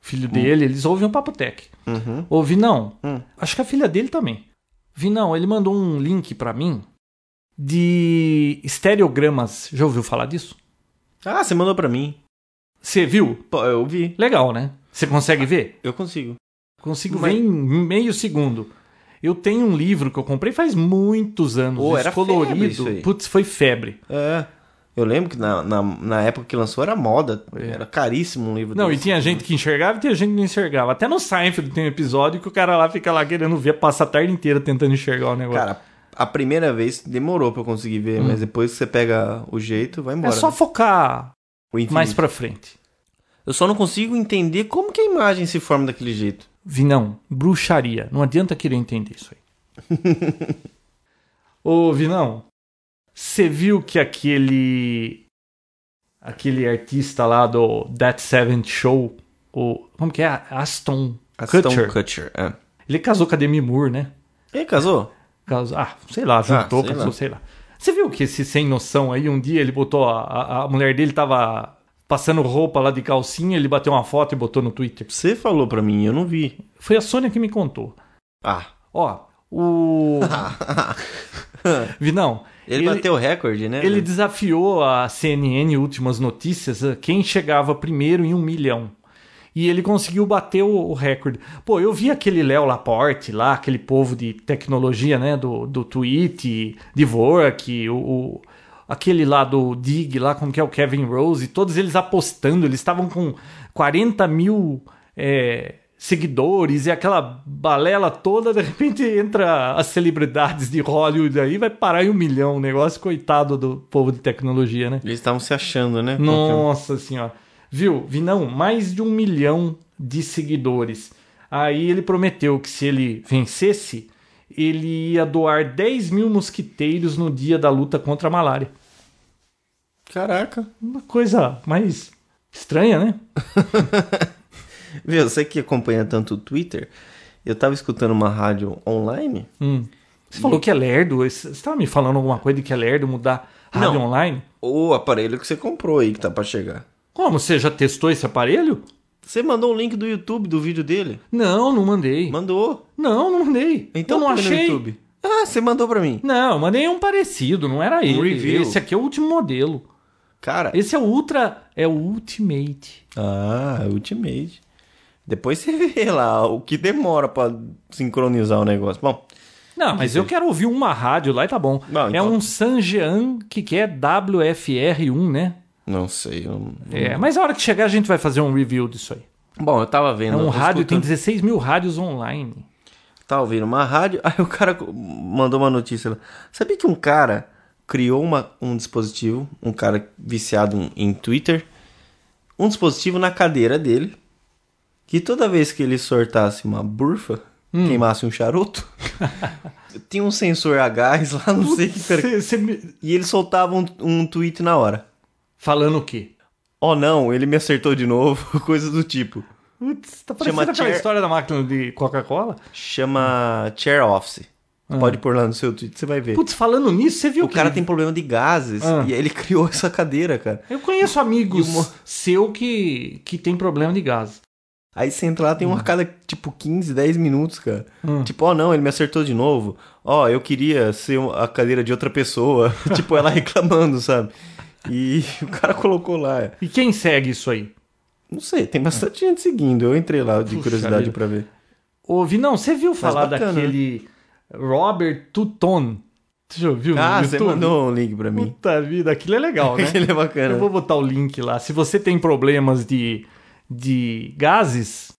Speaker 3: filho dele, eles ouvem o Papotec.
Speaker 2: Uhum.
Speaker 3: Ô, Vinão,
Speaker 2: Hum.
Speaker 3: acho que a filha dele também. Vinão, ele mandou um link pra mim de estereogramas. Já ouviu falar disso?
Speaker 2: Ah, você mandou pra mim.
Speaker 3: Você viu?
Speaker 2: Pô, eu vi.
Speaker 3: Legal, né? Você consegue ver?
Speaker 2: Eu consigo.
Speaker 3: Consigo
Speaker 2: Mas-
Speaker 3: ver em meio segundo. Eu tenho um livro que eu comprei faz muitos anos.
Speaker 2: Ô, era
Speaker 3: colorido.
Speaker 2: febre isso aí.
Speaker 3: Putz, foi febre.
Speaker 2: É. Eu lembro que na, na, na época que lançou era moda.
Speaker 3: É.
Speaker 2: Era caríssimo um livro
Speaker 3: Não, e
Speaker 2: desse.
Speaker 3: tinha gente que enxergava e tinha gente que não enxergava. Até no Seinfeld tem um episódio que o cara lá fica lá querendo ver, passa a tarde inteira tentando enxergar o negócio.
Speaker 2: Cara, a primeira vez demorou pra eu conseguir ver, mas depois que você pega o jeito, vai
Speaker 3: é
Speaker 2: embora.
Speaker 3: só
Speaker 2: né?
Speaker 3: focar
Speaker 2: O infinito.
Speaker 3: mais pra frente.
Speaker 2: Eu só não consigo entender como que a imagem se forma daquele jeito.
Speaker 3: Vinão, bruxaria. Não adianta querer entender isso aí. Ô, Vinão, você viu que aquele. aquele artista lá do That Seventh Show, o. como que é? Aston, Kutcher.
Speaker 2: Kutcher, é.
Speaker 3: Ele casou com a Demi Moore, né?
Speaker 2: Ele casou?
Speaker 3: Caso, ah, sei lá, juntou,
Speaker 2: Ah, sei
Speaker 3: casou,
Speaker 2: lá.
Speaker 3: sei lá. Você viu que esse sem noção aí, um dia ele botou. A, a- a mulher dele tava passando roupa lá de calcinha, ele bateu uma foto e botou no Twitter.
Speaker 2: Você falou pra mim, eu não vi.
Speaker 3: Foi a Sônia que me contou.
Speaker 2: Ah.
Speaker 3: Ó, o. Vinão.
Speaker 2: Ele, bateu o recorde, né?
Speaker 3: ele desafiou a CNN Últimas Notícias eh, quem chegava primeiro em um milhão. E ele conseguiu bater o, o recorde. Pô, eu vi aquele Léo Laporte lá, aquele povo de tecnologia, né? Do, do tweet, de Vork, o, o- aquele lá do Dig, lá, como que é o Kevin Rose, todos eles apostando, eles estavam com 40 mil eh, seguidores e aquela balela toda, de repente entra as celebridades de Hollywood aí, vai parar em um milhão o negócio, coitado do povo de tecnologia, né?
Speaker 2: Eles estavam se achando, né?
Speaker 3: Nossa senhora. Viu, Vinão, mais de um milhão de seguidores. Aí ele prometeu que se ele vencesse, ele ia doar 10 mil mosquiteiros no dia da luta contra a malária.
Speaker 2: Caraca.
Speaker 3: Uma coisa mais estranha, né?
Speaker 2: Viu, você que acompanha tanto o Twitter, eu tava escutando uma rádio online.
Speaker 3: Você falou que é lerdo. Você estava me falando alguma coisa de que é lerdo mudar rádio
Speaker 2: Não.
Speaker 3: online?
Speaker 2: O aparelho que você comprou aí que tá pra chegar.
Speaker 3: Como? Você já testou esse aparelho?
Speaker 2: Você mandou o link do YouTube do vídeo dele?
Speaker 3: Não, não mandei.
Speaker 2: Mandou.
Speaker 3: Não, não mandei.
Speaker 2: Então
Speaker 3: eu não
Speaker 2: põe no
Speaker 3: achei.
Speaker 2: YouTube. Ah, você mandou pra mim.
Speaker 3: Não, eu mandei um parecido, não era ele.
Speaker 2: review.
Speaker 3: Esse aqui é o último modelo.
Speaker 2: Cara.
Speaker 3: Esse é o Ultra, é o Ultimate.
Speaker 2: Ah, Ultimate. Depois você vê lá o que demora pra sincronizar o negócio. Bom,
Speaker 3: Não, mas eu quero ouvir uma rádio lá e tá bom.
Speaker 2: Não,
Speaker 3: É
Speaker 2: então-
Speaker 3: um Sanjean que que é WFR1, né?
Speaker 2: não sei. eu não-
Speaker 3: É, mas a hora que chegar a gente vai fazer um review disso aí.
Speaker 2: Bom, eu tava
Speaker 3: É
Speaker 2: vendo.
Speaker 3: um
Speaker 2: eu
Speaker 3: rádio, tem
Speaker 2: escutando-
Speaker 3: 16 mil rádios online.
Speaker 2: Tá ouvindo uma rádio, aí o cara co- mandou uma notícia lá. Sabia que um cara criou uma, um dispositivo, um cara viciado em, em Twitter, um dispositivo na cadeira dele, que toda vez que ele sortasse uma burfa, queimasse um charuto, tinha um sensor a gás lá, não sei que... per-
Speaker 3: Cê- cê me-
Speaker 2: E ele soltava um, um tweet na hora.
Speaker 3: Falando o quê?
Speaker 2: Oh não, ele me acertou de novo, coisa do tipo.
Speaker 3: Putz, tá
Speaker 2: Chama
Speaker 3: parecendo aquela
Speaker 2: Chair-
Speaker 3: história da máquina de Coca-Cola.
Speaker 2: Chama Chair Office. Pode pôr lá no seu tweet, você vai ver.
Speaker 3: Putz, falando nisso, você viu
Speaker 2: O
Speaker 3: que...
Speaker 2: cara tem problema de gases
Speaker 3: Ah.
Speaker 2: e aí ele criou essa cadeira, cara.
Speaker 3: Eu conheço amigos
Speaker 2: E uma-
Speaker 3: seu que, que tem problema de gás.
Speaker 2: Aí você entra lá, tem
Speaker 3: Uhum.
Speaker 2: uma a cada tipo 15, 10 minutos, cara.
Speaker 3: Hum.
Speaker 2: Tipo, ó, não, ele me acertou de novo. Ó, eu queria ser um- a cadeira de outra pessoa. tipo, ela reclamando, sabe? E o cara colocou lá. é.
Speaker 3: E quem segue isso aí?
Speaker 2: Não sei, tem bastante gente seguindo. Eu entrei lá de
Speaker 3: Puxa
Speaker 2: curiosidade
Speaker 3: vida.
Speaker 2: pra ver.
Speaker 3: Ô, Vinão, você viu falar
Speaker 2: bacana,
Speaker 3: daquele Robert Tuton? Você já viu
Speaker 2: Ah,
Speaker 3: no
Speaker 2: você
Speaker 3: YouTube?
Speaker 2: mandou um link pra mim.
Speaker 3: Puta vida, aquilo é legal, né?
Speaker 2: Ele é bacana.
Speaker 3: Eu vou botar o link lá. Se você tem problemas de, de gases,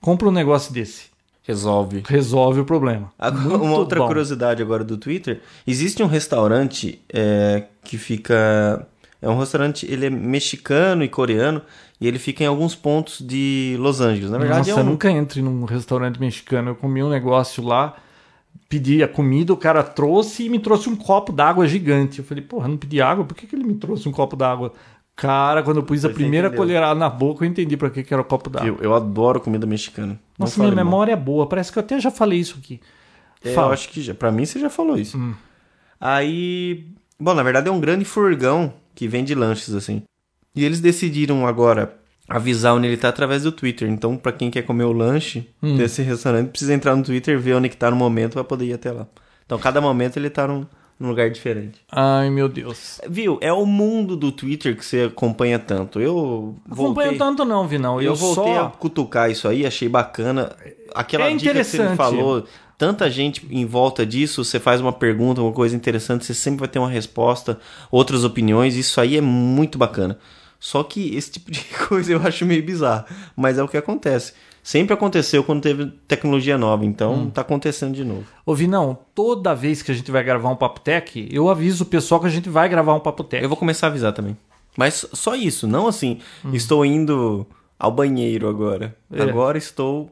Speaker 3: compra um negócio desse.
Speaker 2: Resolve.
Speaker 3: Resolve o problema.
Speaker 2: Agora, uma
Speaker 3: Muito
Speaker 2: outra
Speaker 3: bom.
Speaker 2: curiosidade agora do Twitter. Existe um restaurante é, que fica... É um restaurante, ele é mexicano e coreano. E ele fica em alguns pontos de Los Angeles. Na verdade,
Speaker 3: Nossa,
Speaker 2: é um...
Speaker 3: nunca entre num restaurante mexicano. Eu comi um negócio lá, pedi a comida, o cara trouxe e me trouxe um copo d'água gigante. Eu falei, porra, eu não pedi água? Por que, que ele me trouxe um copo d'água? Cara, quando eu pus a
Speaker 2: Você
Speaker 3: primeira
Speaker 2: entendeu.
Speaker 3: colherada na boca, eu entendi pra que, que era o copo d'água.
Speaker 2: Eu, eu adoro comida mexicana. Não
Speaker 3: Nossa,
Speaker 2: fale
Speaker 3: minha
Speaker 2: mal.
Speaker 3: memória é boa. Parece que eu até já falei isso aqui.
Speaker 2: É, eu
Speaker 3: Fala.
Speaker 2: acho que já, pra mim você já falou isso. Aí. Bom, na verdade é um grande furgão que vende lanches, assim. E eles decidiram agora avisar onde ele tá através do Twitter. Então, pra quem quer comer o lanche desse restaurante, precisa entrar no Twitter, ver onde que tá no momento pra poder ir até lá. Então, cada momento ele tá num, num lugar diferente.
Speaker 3: Ai, meu Deus.
Speaker 2: Viu? É o mundo do Twitter que você acompanha tanto. Eu voltei,
Speaker 3: Acompanho tanto não, Vinão.
Speaker 2: eu
Speaker 3: Eu,
Speaker 2: voltei
Speaker 3: só...
Speaker 2: a cutucar isso aí, achei bacana. Aquela
Speaker 3: É
Speaker 2: dica que você me
Speaker 3: interessante.
Speaker 2: falou, tanta gente em volta disso, você faz uma pergunta, uma coisa interessante, você sempre vai ter uma resposta, outras opiniões, isso aí é muito bacana. Só que esse tipo de coisa eu acho meio bizarro, mas é o que acontece. Sempre aconteceu quando teve tecnologia nova, então
Speaker 3: Hum.
Speaker 2: tá acontecendo de novo.
Speaker 3: Ô, Vinão, toda vez que a gente vai gravar um Papo Tech, eu aviso o pessoal que a gente vai gravar um Papo Tech.
Speaker 2: Eu vou começar a avisar também. Mas só isso, não assim, estou indo ao banheiro agora.
Speaker 3: Hum. É.
Speaker 2: Agora estou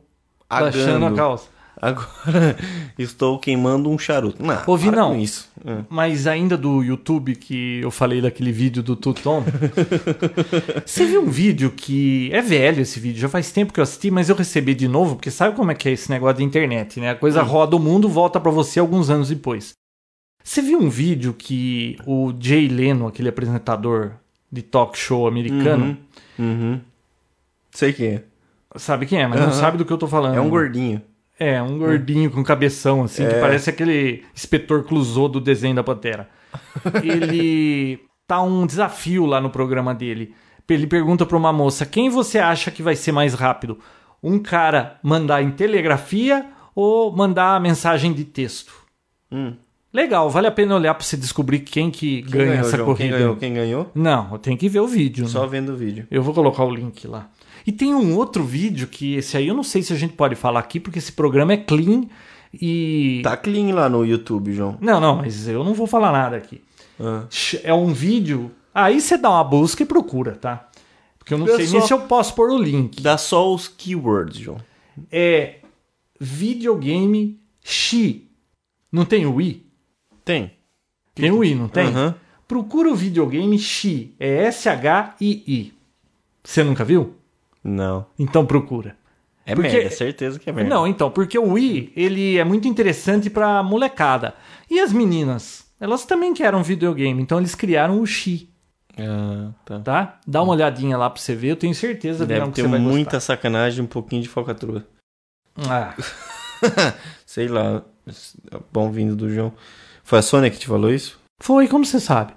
Speaker 3: Baixando a
Speaker 2: agando.
Speaker 3: calça.
Speaker 2: Agora estou queimando um charuto. Não,
Speaker 3: Ô,
Speaker 2: para
Speaker 3: Vinão.
Speaker 2: com isso. É.
Speaker 3: Mas ainda do YouTube que eu falei daquele vídeo do Tuton. você viu um vídeo que é velho esse vídeo, já faz tempo que eu assisti, mas eu recebi de novo, porque sabe como é que é esse negócio de internet, né? A coisa roda o mundo, volta pra você alguns anos depois. Você viu um vídeo que o Jay Leno, aquele apresentador de talk show americano,
Speaker 2: Uhum. Uhum. Sei quem é.
Speaker 3: sabe quem é, mas não
Speaker 2: Aham.
Speaker 3: sabe do que eu tô falando.
Speaker 2: É um gordinho.
Speaker 3: É, um gordinho com cabeção, assim, que
Speaker 2: É.
Speaker 3: parece aquele inspetor Clouseau do desenho da Pantera. Ele tá um desafio lá no programa dele. Ele pergunta pra uma moça, quem você acha que vai ser mais rápido? Um cara mandar em telegrafia ou mandar mensagem de texto?
Speaker 2: Hum.
Speaker 3: Legal, vale a pena olhar pra você descobrir quem que ganha
Speaker 2: ganhou,
Speaker 3: essa
Speaker 2: João?
Speaker 3: corrida.
Speaker 2: Quem ganhou? Quem ganhou?
Speaker 3: Não, tem que ver o vídeo. né?
Speaker 2: Só vendo o vídeo.
Speaker 3: Eu vou colocar o link lá. E tem um outro vídeo que esse aí eu não sei se a gente pode falar aqui, porque esse programa é clean e.
Speaker 2: Tá clean lá no YouTube, João.
Speaker 3: Não, não, mas eu não vou falar nada aqui.
Speaker 2: Ah.
Speaker 3: É um vídeo. Aí você dá uma busca e procura, tá? Porque eu não
Speaker 2: Eu
Speaker 3: sei
Speaker 2: só-
Speaker 3: nem se eu posso pôr o link.
Speaker 2: Dá só os keywords, João.
Speaker 3: É videogame Xi. Não tem o i?
Speaker 2: Tem. Uhum.
Speaker 3: Tem o i, não tem?
Speaker 2: Aham.
Speaker 3: Procura o videogame Xi. É S-H-I-I. Você nunca viu?
Speaker 2: Não.
Speaker 3: Então procura.
Speaker 2: É
Speaker 3: Porque-
Speaker 2: merda, certeza que é merda.
Speaker 3: Não, então, porque o Wii, ele é muito interessante pra molecada. E as meninas? Elas também querem videogame, então eles criaram o Xi,
Speaker 2: Ah, tá.
Speaker 3: tá? Dá uma olhadinha lá pra você ver, eu tenho certeza
Speaker 2: Deve
Speaker 3: mesmo que
Speaker 2: ter
Speaker 3: você vai
Speaker 2: muita sacanagem e um pouquinho de falcatrua.
Speaker 3: gostar. Ah,
Speaker 2: Sei lá. Bom vindo do João. Foi a Sônia que te falou isso?
Speaker 3: foi, como você sabe?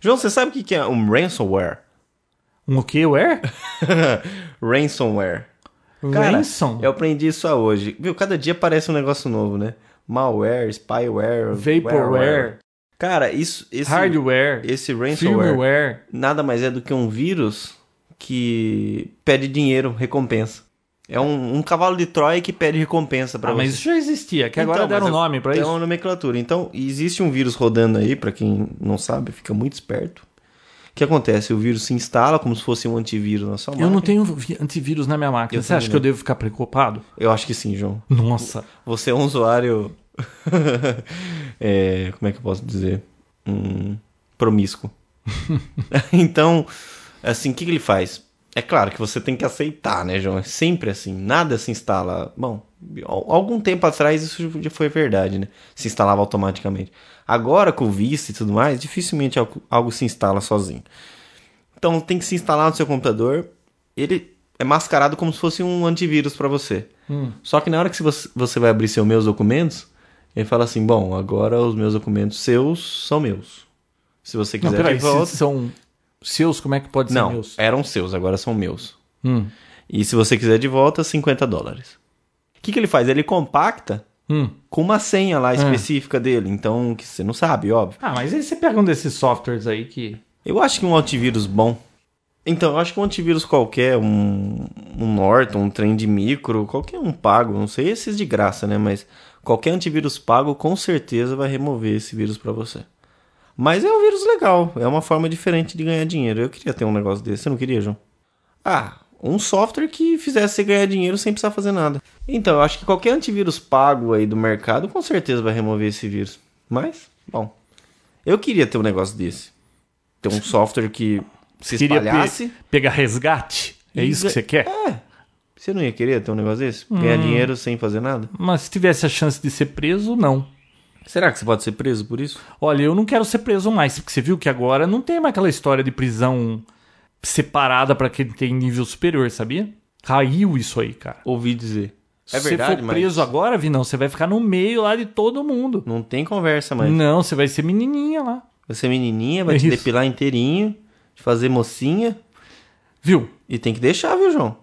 Speaker 2: João, você sabe o que que é um ransomware?
Speaker 3: Um o quê, Where?
Speaker 2: ransomware. Cara, é
Speaker 3: Ransom?
Speaker 2: Eu aprendi isso só hoje. Viu, cada dia parece um negócio novo, né? Malware, spyware,
Speaker 3: Vaporware,
Speaker 2: Cara, isso, esse, é
Speaker 3: hardware,
Speaker 2: esse ransomware
Speaker 3: firmware.
Speaker 2: nada mais é do que um vírus que pede dinheiro, recompensa. É um, um cavalo de Troia que pede recompensa pra
Speaker 3: Ah,
Speaker 2: você.
Speaker 3: mas isso já existia, que agora
Speaker 2: Então,
Speaker 3: deram
Speaker 2: mas eu-
Speaker 3: nome pra
Speaker 2: tem
Speaker 3: isso.
Speaker 2: uma nomenclatura. Então, existe um vírus rodando aí, pra quem não sabe, fica muito esperto. O que acontece? O vírus se instala como se fosse um antivírus na sua
Speaker 3: Eu não
Speaker 2: máquina.
Speaker 3: tenho vi- antivírus na minha máquina.
Speaker 2: Eu
Speaker 3: Você acha
Speaker 2: também
Speaker 3: que eu
Speaker 2: não.
Speaker 3: devo ficar preocupado?
Speaker 2: Eu acho que sim, João.
Speaker 3: Nossa.
Speaker 2: Você é um usuário. é, como é que eu posso dizer? Hum, promíscuo. então, assim, o que, que ele faz? É claro que você tem que aceitar, né, João? É sempre assim. Nada se instala. Bom, al- algum tempo atrás isso já foi verdade, né? Se instalava automaticamente. Agora, com o visto e tudo mais, dificilmente algo- algo se instala sozinho. Então tem que se instalar no seu computador. Ele é mascarado como se fosse um antivírus para você.
Speaker 3: Hum.
Speaker 2: Só que na hora que você- você vai abrir seus meus documentos, ele fala assim: bom, agora os meus documentos seus são meus. Se você
Speaker 3: Não,
Speaker 2: quiser
Speaker 3: peraí,
Speaker 2: de volta.
Speaker 3: se são seus, como é que pode
Speaker 2: Não,
Speaker 3: ser meus?
Speaker 2: eram seus, agora são meus.
Speaker 3: Hum.
Speaker 2: E se você quiser de volta, 50 dólares. O que, que ele faz? Ele compacta
Speaker 3: Hum.
Speaker 2: com uma senha lá específica dele. Então, que você não sabe, óbvio.
Speaker 3: Ah, mas aí você pega um desses softwares aí que.
Speaker 2: Eu acho que um antivírus bom. Então, eu acho que um antivírus qualquer, um, um Norton, um trem de micro, qualquer um pago, não sei esses de graça, né? Mas qualquer antivírus pago com certeza vai remover esse vírus pra você. Mas é um vírus legal, é uma forma diferente de ganhar dinheiro. Eu queria ter um negócio desse, você não queria, João? Ah, um software que fizesse você ganhar dinheiro sem precisar fazer nada. Então, eu acho que qualquer antivírus pago aí do mercado com certeza vai remover esse vírus. Mas, bom, eu queria ter um negócio desse. Ter um software que se
Speaker 3: Queria pe-
Speaker 2: espalhasse.
Speaker 3: pegar resgate. É isso que você quer?
Speaker 2: Você não ia querer ter um negócio desse?
Speaker 3: Hum.
Speaker 2: Ganhar dinheiro sem fazer nada?
Speaker 3: Mas se tivesse a chance de ser preso, não.
Speaker 2: Será que você pode ser preso por isso?
Speaker 3: Olha, eu não quero ser preso mais, porque você viu que agora não tem mais aquela história de prisão separada pra quem tem nível superior, sabia? Caiu isso aí, cara.
Speaker 2: Ouvi dizer.
Speaker 3: se você for preso agora, Vinão, você vai ficar no meio lá de todo mundo.
Speaker 2: Não tem conversa mais.
Speaker 3: Não, você vai ser menininha lá.
Speaker 2: Você é menininha, vai
Speaker 3: É
Speaker 2: te
Speaker 3: isso.
Speaker 2: depilar inteirinho, te fazer mocinha.
Speaker 3: Viu?
Speaker 2: E tem que deixar, viu, João?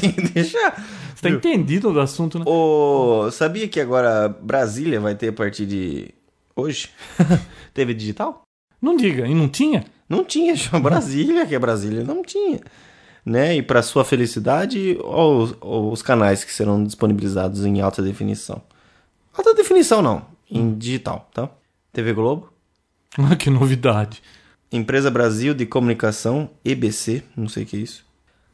Speaker 2: tem que deixar.
Speaker 3: Você tá entendido do assunto, né?
Speaker 2: Ô, sabia que agora Brasília vai ter a partir de hoje? Teve digital?
Speaker 3: Não diga, e não tinha?
Speaker 2: Não tinha, João. Brasília, que é Brasília, não tinha. Né? E para sua felicidade, ó os, ó os canais que serão disponibilizados em alta definição. Alta definição não, em digital, tá? TV Globo,
Speaker 3: Ah, que novidade.
Speaker 2: Empresa Brasil de Comunicação, EBC, não sei o que é isso.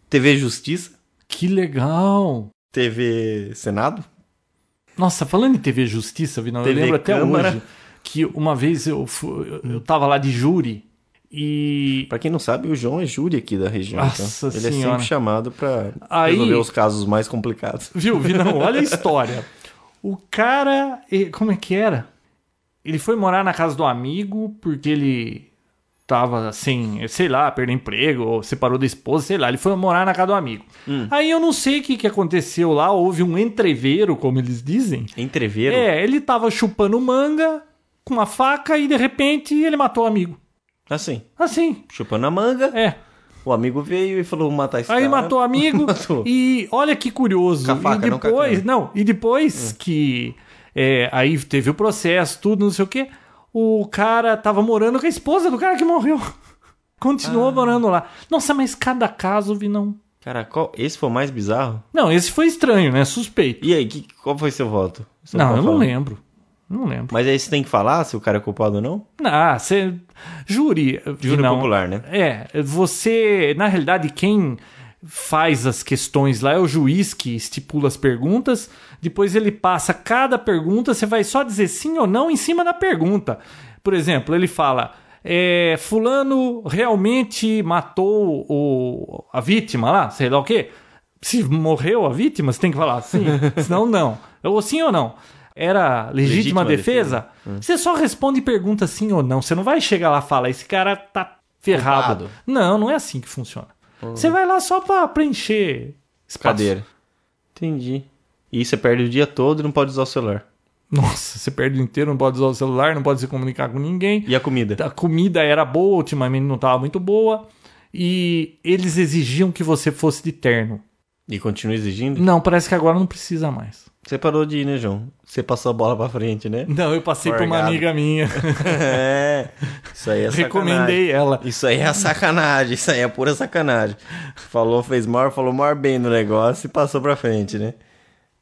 Speaker 2: TV Justiça,
Speaker 3: Que legal.
Speaker 2: TV Senado,
Speaker 3: Nossa, falando em TV Justiça, Vinão, eu
Speaker 2: TV
Speaker 3: lembro até
Speaker 2: Câmara.
Speaker 3: hoje que uma vez eu, fu- eu- eu tava lá de júri e.
Speaker 2: Pra quem não sabe, o João é júri aqui da região.
Speaker 3: Nossa
Speaker 2: então. Ele é
Speaker 3: Senhora.
Speaker 2: sempre chamado pra
Speaker 3: Aí-
Speaker 2: resolver os casos mais complicados.
Speaker 3: Viu, Vinão? Olha a história. O cara. eh, Como é que era? Ele foi morar na casa do amigo porque ele tava assim, eh, sei lá, perdeu emprego, ou separou da esposa, sei lá. Ele foi morar na casa do amigo.
Speaker 2: Hum.
Speaker 3: Aí eu não sei o que, que aconteceu lá, houve um entreveiro, como eles dizem.
Speaker 2: Entreveiro?
Speaker 3: É, ele tava chupando manga com uma faca e de repente ele matou o amigo.
Speaker 2: Assim,
Speaker 3: Assim,
Speaker 2: chupando a manga,
Speaker 3: é.
Speaker 2: o amigo veio e falou: vou matar esse
Speaker 3: Aí
Speaker 2: cara.
Speaker 3: matou o amigo
Speaker 2: Tá. Matou.
Speaker 3: e olha que curioso.
Speaker 2: Com a faca,
Speaker 3: e
Speaker 2: não Hum. com a
Speaker 3: depois, não, e depois que É, aí teve o processo, tudo, não sei o quê. O cara tava morando com a esposa do cara que morreu. Continuou
Speaker 2: Ah.
Speaker 3: morando lá. Nossa, mas cada caso, vi não.
Speaker 2: Cara, qual- esse foi o mais bizarro?
Speaker 3: Não, esse foi estranho, né? Suspeito.
Speaker 2: E aí, que- qual foi seu voto? Você
Speaker 3: não,
Speaker 2: pode
Speaker 3: eu não
Speaker 2: falar.
Speaker 3: lembro. Não lembro.
Speaker 2: Mas aí você tem que falar se o cara é culpado ou não?
Speaker 3: Ah, você. Júri.
Speaker 2: Júri
Speaker 3: não.
Speaker 2: popular, né?
Speaker 3: É, você. Na realidade, quem faz as questões lá é o juiz que estipula as perguntas. Depois ele passa cada pergunta, você vai só dizer sim ou não em cima da pergunta. Por exemplo, ele fala. é, fulano realmente matou o, a vítima lá, sei lá o quê. Se morreu a vítima, você tem que falar sim, senão não. Ou sim ou não. Era legítima,
Speaker 2: Legítima
Speaker 3: defesa?
Speaker 2: defesa.
Speaker 3: Tá. Você só responde pergunta sim ou não. Você não vai chegar lá e falar, esse cara tá
Speaker 2: Culpado.
Speaker 3: ferrado.
Speaker 2: Uhum.
Speaker 3: Não, não é assim que funciona. Você vai lá só pra preencher espaço.
Speaker 2: Cadeira. Entendi. E você perde o dia todo e não pode usar o celular.
Speaker 3: Nossa, você perde o inteiro, não pode usar o celular, não pode se comunicar com ninguém.
Speaker 2: E a comida?
Speaker 3: A comida era boa, ultimamente não tava muito boa. E eles exigiam que você fosse de terno.
Speaker 2: E continua exigindo?
Speaker 3: Não, parece que agora não precisa mais.
Speaker 2: Você parou de ir, né, João? Você passou a bola pra frente, né?
Speaker 3: Não, eu passei pra uma
Speaker 2: Obrigado.
Speaker 3: amiga minha.
Speaker 2: é. Isso aí é sacanagem.
Speaker 3: Recomendei ela.
Speaker 2: Isso aí é sacanagem, isso aí é pura sacanagem. Falou, fez maior, falou maior bem no negócio e passou pra frente, né?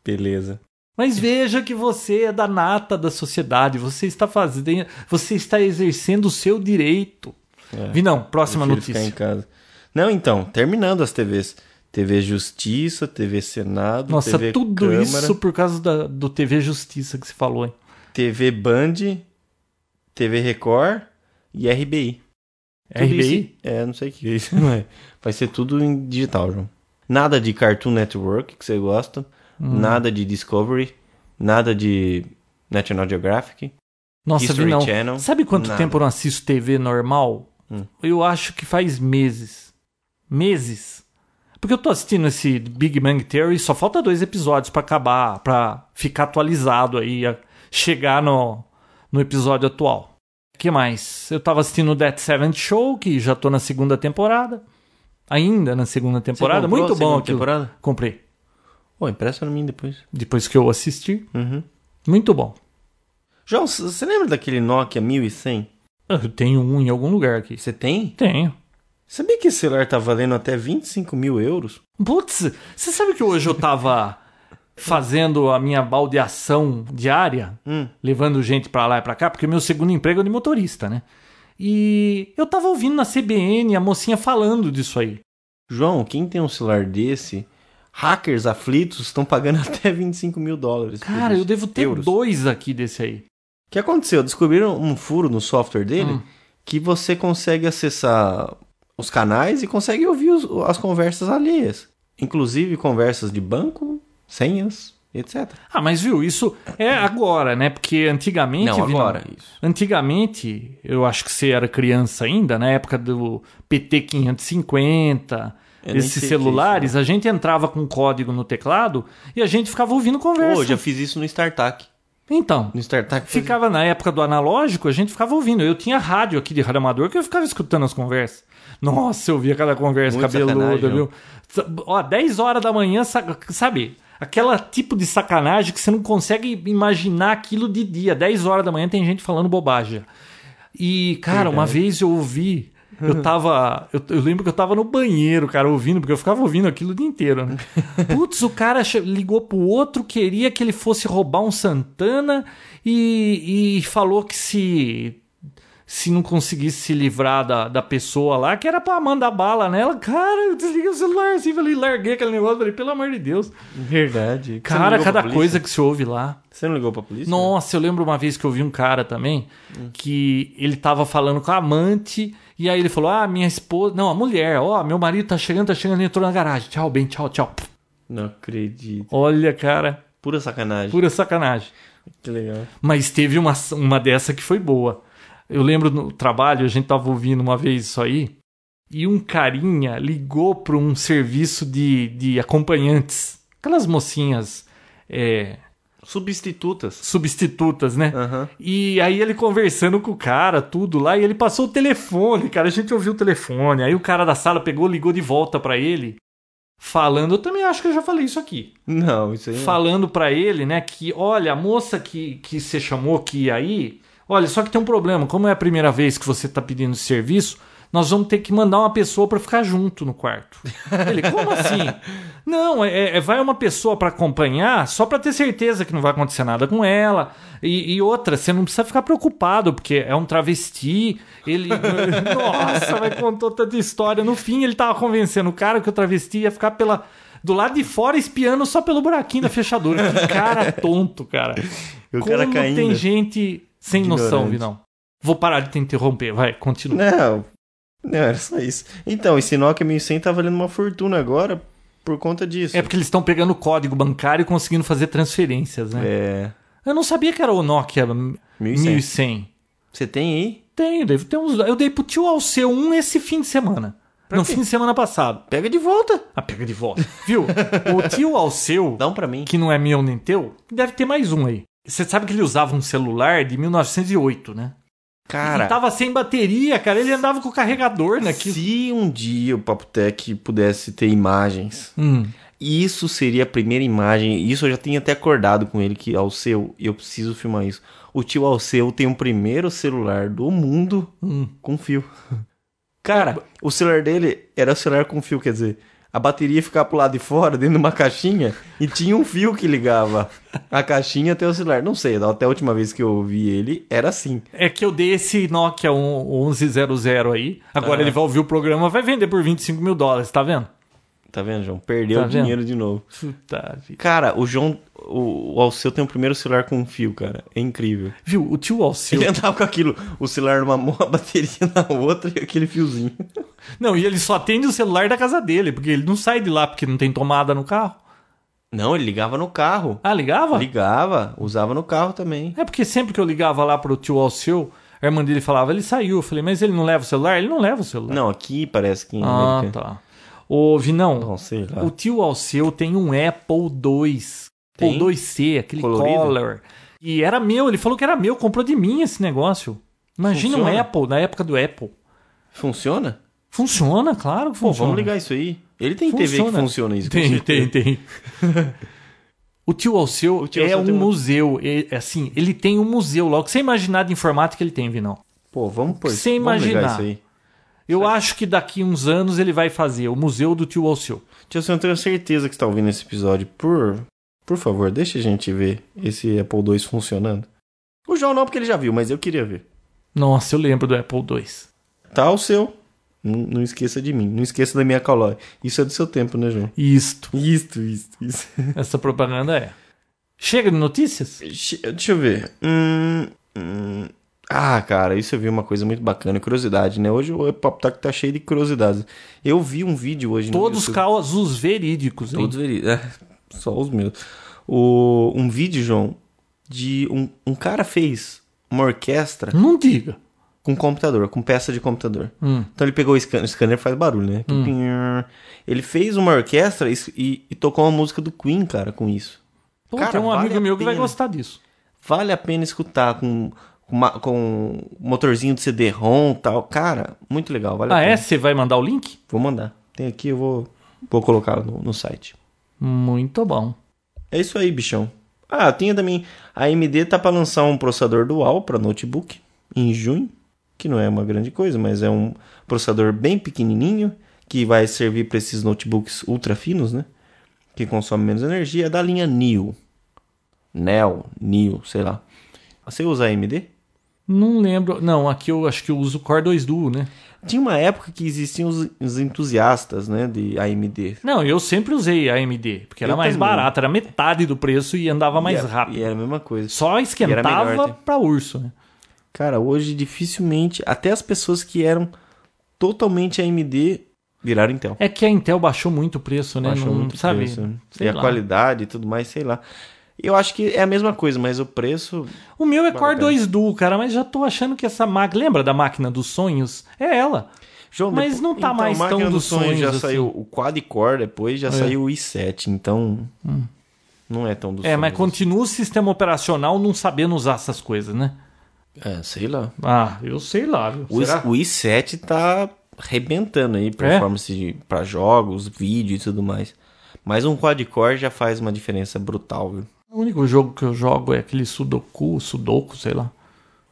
Speaker 2: Beleza.
Speaker 3: Mas veja que você é da nata da sociedade, você está fazendo, você está exercendo o seu direito.
Speaker 2: É.
Speaker 3: Vinão, próxima
Speaker 2: Prefiro ficar em
Speaker 3: notícia.
Speaker 2: casa. Não, então, terminando as TVs. TV Justiça, TV Senado,
Speaker 3: Nossa,
Speaker 2: TV
Speaker 3: tudo
Speaker 2: Câmara,
Speaker 3: isso por causa da- do TV Justiça que você falou, hein?
Speaker 2: TV Band, TV Record e RBI. Tudo
Speaker 3: RBI?
Speaker 2: isso- é, não sei o que é isso, não é. Vai ser tudo em digital, João. Nada de Cartoon Network, que você gosta. Nada de Discovery. Nada de National Geographic.
Speaker 3: Nossa,
Speaker 2: History
Speaker 3: Vinão.
Speaker 2: Channel,
Speaker 3: Sabe quanto
Speaker 2: nada.
Speaker 3: tempo eu não assisto TV normal?
Speaker 2: Hum.
Speaker 3: Eu acho que faz meses. Meses. Porque eu tô assistindo esse Big Bang Theory, só falta dois episódios pra acabar, pra ficar atualizado aí, a- chegar no, no episódio atual. que mais? Eu tava assistindo o That Seventh Show, que já tô na segunda temporada. Ainda na segunda temporada.
Speaker 2: comprou
Speaker 3: Muito
Speaker 2: a
Speaker 3: bom
Speaker 2: segunda
Speaker 3: aquilo.
Speaker 2: temporada?
Speaker 3: Comprei.
Speaker 2: Pô, impressa pra mim depois.
Speaker 3: Depois que eu assisti.
Speaker 2: Uhum.
Speaker 3: Muito bom.
Speaker 2: João, c- você lembra daquele Nokia 1100?
Speaker 3: Eu tenho um em algum lugar aqui.
Speaker 2: Você tem?
Speaker 3: Tenho.
Speaker 2: Sabia que esse celular tá valendo até 25 mil euros?
Speaker 3: Putz, você sabe que hoje eu tava fazendo a minha baldeação diária,
Speaker 2: Hum.
Speaker 3: levando gente pra lá e pra cá, porque meu segundo emprego é de motorista, né? E eu tava ouvindo na CBN a mocinha falando disso aí.
Speaker 2: João, quem tem um celular desse, hackers aflitos estão pagando até 25 mil dólares. por
Speaker 3: Cara,
Speaker 2: isso.
Speaker 3: eu devo ter
Speaker 2: Euros.
Speaker 3: dois aqui desse aí.
Speaker 2: O que aconteceu? Descobriram um furo no software dele
Speaker 3: Hum.
Speaker 2: que você consegue acessar os canais e consegue ouvir os- as conversas alheias. Inclusive conversas de banco, senhas, etc.
Speaker 3: Ah, mas viu, isso é agora, né? Porque antigamente. Vinão,
Speaker 2: Isso.
Speaker 3: Antigamente, eu acho que você era criança ainda, na época do PT 550,
Speaker 2: Eu nem sei
Speaker 3: esses
Speaker 2: o que é
Speaker 3: celulares, a gente entrava com código no teclado e a gente ficava ouvindo conversa.
Speaker 2: Pô, já fiz isso no StarTAC.
Speaker 3: Então,
Speaker 2: No StarTAC fazia-
Speaker 3: ficava na época do analógico, a gente ficava ouvindo. Eu tinha rádio aqui de rádio amador que eu ficava escutando as conversas. Nossa, eu via cada conversa
Speaker 2: Muito
Speaker 3: cabeluda,
Speaker 2: sacanagem,
Speaker 3: viu?
Speaker 2: não.
Speaker 3: Sa- Ó, 10 horas da manhã, sa- sabe? Aquela tipo de sacanagem que você não consegue imaginar aquilo de dia. 10 horas da manhã tem gente falando bobagem. E, cara, uma vez eu ouvi. Eu tava. Eu, eu lembro que eu tava no banheiro, cara, ouvindo, porque eu ficava ouvindo aquilo o dia inteiro, né? Putz, o cara che- ligou pro outro, queria que ele fosse roubar um Santana e, e falou que se. Se não conseguisse se livrar da, da pessoa lá, que era pra mandar bala nela, cara, eu desliguei o celular assim, falei, larguei aquele negócio, falei, pelo amor de Deus.
Speaker 2: Verdade. Você não
Speaker 3: Cara,
Speaker 2: ligou pra
Speaker 3: cada
Speaker 2: polícia?
Speaker 3: coisa que se ouve lá.
Speaker 2: Você não ligou pra polícia?
Speaker 3: Nossa, eu lembro uma vez que eu vi um cara também
Speaker 2: Hum.
Speaker 3: que ele tava falando com a amante e aí ele falou: Ah, minha esposa. Não, a mulher, ó, meu marido tá chegando, tá chegando, ele entrou na garagem. Tchau, bem, tchau, tchau.
Speaker 2: Não acredito.
Speaker 3: Olha, cara,
Speaker 2: Pura sacanagem.
Speaker 3: pura sacanagem.
Speaker 2: Que legal.
Speaker 3: Mas teve uma, uma dessa que foi boa. Eu lembro no trabalho, a gente tava ouvindo uma vez isso aí, e um carinha ligou para um serviço de, de acompanhantes. Aquelas mocinhas é,
Speaker 2: Substitutas.
Speaker 3: substitutas, né?
Speaker 2: Aham.
Speaker 3: E aí ele conversando com o cara, tudo lá, e ele passou o telefone, cara. A gente ouviu o telefone. Aí o cara da sala pegou, ligou de volta pra ele. Falando, eu também acho que eu já falei isso aqui.
Speaker 2: Não, isso aí. não. é.
Speaker 3: Falando pra ele, né, que olha, a moça que, que você chamou que ia aí, olha, só que tem um problema. Como é a primeira vez que você tá pedindo esse serviço, nós vamos ter que mandar uma pessoa pra ficar junto no quarto. Ele, como assim? Não, é, é- vai uma pessoa pra acompanhar só pra ter certeza que não vai acontecer nada com ela. E, e outra, você não precisa ficar preocupado, porque é um travesti. Ele. Nossa, vai contou tanta história. No fim, ele tava convencendo o cara que o travesti ia ficar pela. Do lado de fora, espiando só pelo buraquinho da fechadura. Que cara tonto, cara.
Speaker 2: E o
Speaker 3: Como
Speaker 2: cara caindo.
Speaker 3: tem gente sem noção,
Speaker 2: Ignorante.
Speaker 3: Vinão. Vou parar de te interromper, vai, continua.
Speaker 2: Não. Não, era só isso. Então, esse Nokia 1100 tá valendo uma fortuna agora por conta disso.
Speaker 3: É porque eles estão pegando o código bancário e conseguindo fazer transferências, né?
Speaker 2: É.
Speaker 3: Eu não sabia que era o Nokia
Speaker 2: 1100.
Speaker 3: 1100.
Speaker 2: Você tem aí?
Speaker 3: Tem, deve ter uns. Eu dei pro tio Alceu um esse fim de semana. no
Speaker 2: quê?
Speaker 3: fim de semana passado.
Speaker 2: Pega de volta.
Speaker 3: Ah, pega de volta. Viu? O tio Alceu,
Speaker 2: Dá um pra mim.
Speaker 3: que não é meu nem teu, deve ter mais um aí. Você sabe que ele usava um celular de 1908, né?
Speaker 2: Cara,
Speaker 3: E tava sem bateria, cara. Ele andava com o carregador naquilo.
Speaker 2: se um dia o Papotec pudesse ter imagens,
Speaker 3: Hum.
Speaker 2: isso seria a primeira imagem. Isso eu já tinha até acordado com ele, que Alceu, eu preciso filmar isso. O tio Alceu tem o primeiro celular do mundo
Speaker 3: Hum.
Speaker 2: com fio. Cara, o celular dele era celular com fio, quer dizer, a bateria ficava pro lado de fora, dentro de uma caixinha, e tinha um fio que ligava a caixinha até o celular. Não sei, até a última vez que eu vi ele, era assim.
Speaker 3: É que eu dei esse Nokia 1100 aí. Agora ele vai ouvir o programa, vai vender por 25 mil dólares, tá vendo?
Speaker 2: Tá vendo, João? Perdeu
Speaker 3: Tá
Speaker 2: o
Speaker 3: vendo?
Speaker 2: dinheiro de novo.
Speaker 3: Puta vida.
Speaker 2: Cara, o João, o, o Alceu tem o primeiro celular com fio, cara. É incrível.
Speaker 3: Viu, o tio Alceu.
Speaker 2: Ele é- andava com aquilo, o celular numa mão, a bateria na outra e aquele fiozinho.
Speaker 3: Não, e ele só atende o celular da casa dele, porque ele não sai de lá porque não tem tomada no carro.
Speaker 2: Não, ele ligava no carro.
Speaker 3: Ah, ligava?
Speaker 2: Ligava, usava no carro também.
Speaker 3: É porque sempre que eu ligava lá pro tio Alceu, a irmã dele falava, ele saiu. Eu falei, mas ele não leva o celular? Ele não leva o celular.
Speaker 2: Não, Tá aqui parece que em
Speaker 3: ah,
Speaker 2: América.
Speaker 3: tá. Ô, Vinão,
Speaker 2: Não, sei lá.
Speaker 3: O tio Alceu tem um Apple II.
Speaker 2: Tem?
Speaker 3: Apple IIc, aquele
Speaker 2: Colorido?
Speaker 3: Color. E era meu, ele falou que era meu, comprou de mim esse negócio. Imagina um
Speaker 2: Funciona?
Speaker 3: Apple, na época do Apple.
Speaker 2: Funciona?
Speaker 3: Funciona, claro que
Speaker 2: Pô,
Speaker 3: funciona.
Speaker 2: vamos ligar isso aí. Ele tem TV que funciona isso. com
Speaker 3: Tem,
Speaker 2: certeza.
Speaker 3: tem, tem. O tio Alceu,
Speaker 2: tio
Speaker 3: é
Speaker 2: Alceu tem
Speaker 3: um
Speaker 2: um-
Speaker 3: museu. É, assim, ele tem um museu logo. Sem imaginar de informática, ele tem, Vinão.
Speaker 2: Pô, vamos por
Speaker 3: Sem
Speaker 2: vamos ligar
Speaker 3: imaginar.
Speaker 2: isso aí.
Speaker 3: Eu acho que daqui uns anos ele vai fazer o museu do tio Alceu.
Speaker 2: Tio Sam, eu tenho certeza que você tá ouvindo esse episódio. Por, por favor, deixa a gente ver esse Apple II funcionando. O João não, porque ele já viu, mas eu queria ver.
Speaker 3: Nossa, eu lembro do Apple II.
Speaker 2: Tá o seu. N- Não esqueça de mim. Não esqueça da minha calói. Isso é do seu tempo, né, João?
Speaker 3: Isto.
Speaker 2: Isto, isto, isso.
Speaker 3: Essa propaganda é. Chega de notícias?
Speaker 2: Che- Deixa eu ver. Hum, hum. Ah, cara, isso eu vi uma coisa muito bacana. Curiosidade, né? Hoje o Pop Talk tá cheio de curiosidades. Eu vi um vídeo hoje
Speaker 3: Todos
Speaker 2: no YouTube.
Speaker 3: causos verídicos. hein?
Speaker 2: Todos verídicos. É, só os meus. O, um vídeo, João, de um, um cara fez uma orquestra
Speaker 3: Não diga.
Speaker 2: com computador, com peça de computador.
Speaker 3: Hum.
Speaker 2: Então ele pegou o scanner, o scanner faz barulho, né? Ele fez uma orquestra e, e- e tocou uma música do Queen, cara, com isso.
Speaker 3: Pô,
Speaker 2: Cara,
Speaker 3: tem um
Speaker 2: vale
Speaker 3: amigo
Speaker 2: a
Speaker 3: meu que vai
Speaker 2: pena.
Speaker 3: gostar disso.
Speaker 2: Vale a pena escutar com, com, uma- com motorzinho de CD-ROM e tal. Cara, muito legal, vale a
Speaker 3: Ah,
Speaker 2: pena.
Speaker 3: é? Você vai mandar o link?
Speaker 2: Vou mandar. Tem aqui, eu vou, vou colocar no, no site.
Speaker 3: Muito bom.
Speaker 2: É isso aí, bichão. Ah, tinha também. A AMD tá pra lançar um processador dual pra notebook em junho, que não é uma grande coisa, mas é um processador bem pequenininho que vai servir pra esses notebooks ultra finos, né? Que consomem menos energia, é da linha Neo. Neo, Neo, sei lá. Você usa AMD?
Speaker 3: Não lembro. Não, aqui eu acho que eu uso o Core 2 Duo, né?
Speaker 2: Tinha uma época que existiam os, os entusiastas, né, de AMD.
Speaker 3: Não, eu sempre usei a AMD, porque era
Speaker 2: Eu
Speaker 3: mais
Speaker 2: também.
Speaker 3: barata, era metade do preço e andava
Speaker 2: E
Speaker 3: mais
Speaker 2: era-
Speaker 3: rápido.
Speaker 2: E era a mesma coisa.
Speaker 3: Só esquentava
Speaker 2: melhor, tem-
Speaker 3: pra urso, né?
Speaker 2: Cara, hoje dificilmente, até as pessoas que eram totalmente AMD viraram Intel.
Speaker 3: É que a Intel baixou muito o preço, né?
Speaker 2: Baixou
Speaker 3: não
Speaker 2: muito o
Speaker 3: sabe.
Speaker 2: preço, né?
Speaker 3: sei
Speaker 2: e a
Speaker 3: lá.
Speaker 2: qualidade e tudo mais, sei lá. Eu acho que é a mesma coisa, mas o preço.
Speaker 3: O meu é Core
Speaker 2: Vale a
Speaker 3: 2 Duo, cara, mas já tô achando que essa máquina. Lembra da máquina dos sonhos? É ela.
Speaker 2: João,
Speaker 3: Mas não tá
Speaker 2: então,
Speaker 3: mais
Speaker 2: a máquina
Speaker 3: tão
Speaker 2: do
Speaker 3: dos
Speaker 2: sonho
Speaker 3: sonhos,
Speaker 2: já
Speaker 3: assim. É.
Speaker 2: saiu o quad-core, depois já saiu o i7, então não é tão do
Speaker 3: Hum. É, mas
Speaker 2: sonhos.
Speaker 3: continua o sistema operacional não sabendo usar essas coisas, né?
Speaker 2: É, sei lá.
Speaker 3: Ah, eu sei lá, viu?
Speaker 2: O, i- o i7 tá arrebentando
Speaker 3: É?
Speaker 2: aí, performance pra jogos, vídeo e tudo mais. Mas um quad-core já faz uma diferença brutal, viu?
Speaker 3: O único jogo que eu jogo é aquele Sudoku, Sudoku, sei lá.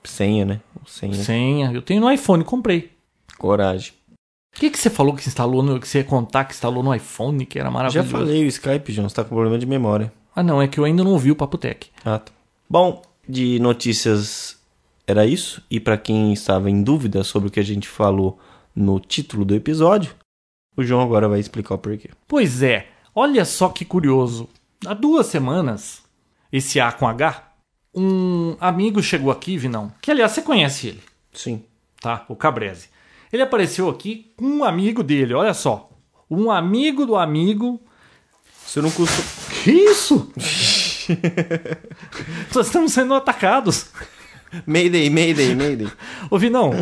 Speaker 2: Senha, né? Senha.
Speaker 3: Senha. Eu tenho no iPhone, comprei.
Speaker 2: Coragem.
Speaker 3: O que, que você falou que instalou no. Que você ia contar que instalou no iPhone, que era
Speaker 2: Já
Speaker 3: maravilhoso?
Speaker 2: falei o Skype, João. Você tá com problema de memória.
Speaker 3: Ah, não, é que eu ainda não ouvi o Papotec.
Speaker 2: Ah, tá. Bom, de notícias era isso. E para quem estava em dúvida sobre o que a gente falou no título do episódio, o João agora vai explicar o porquê.
Speaker 3: Pois é, olha só que curioso. Há duas semanas, esse A com H, um amigo chegou aqui, Vinão, que aliás você conhece ele,
Speaker 2: Sim.
Speaker 3: tá? O Cabrese. Ele apareceu aqui com um amigo dele, olha só. Um amigo do amigo.
Speaker 2: Você não costuma.
Speaker 3: Que isso? Nós estamos sendo atacados.
Speaker 2: Mayday, Mayday, Mayday.
Speaker 3: Ô Vinão,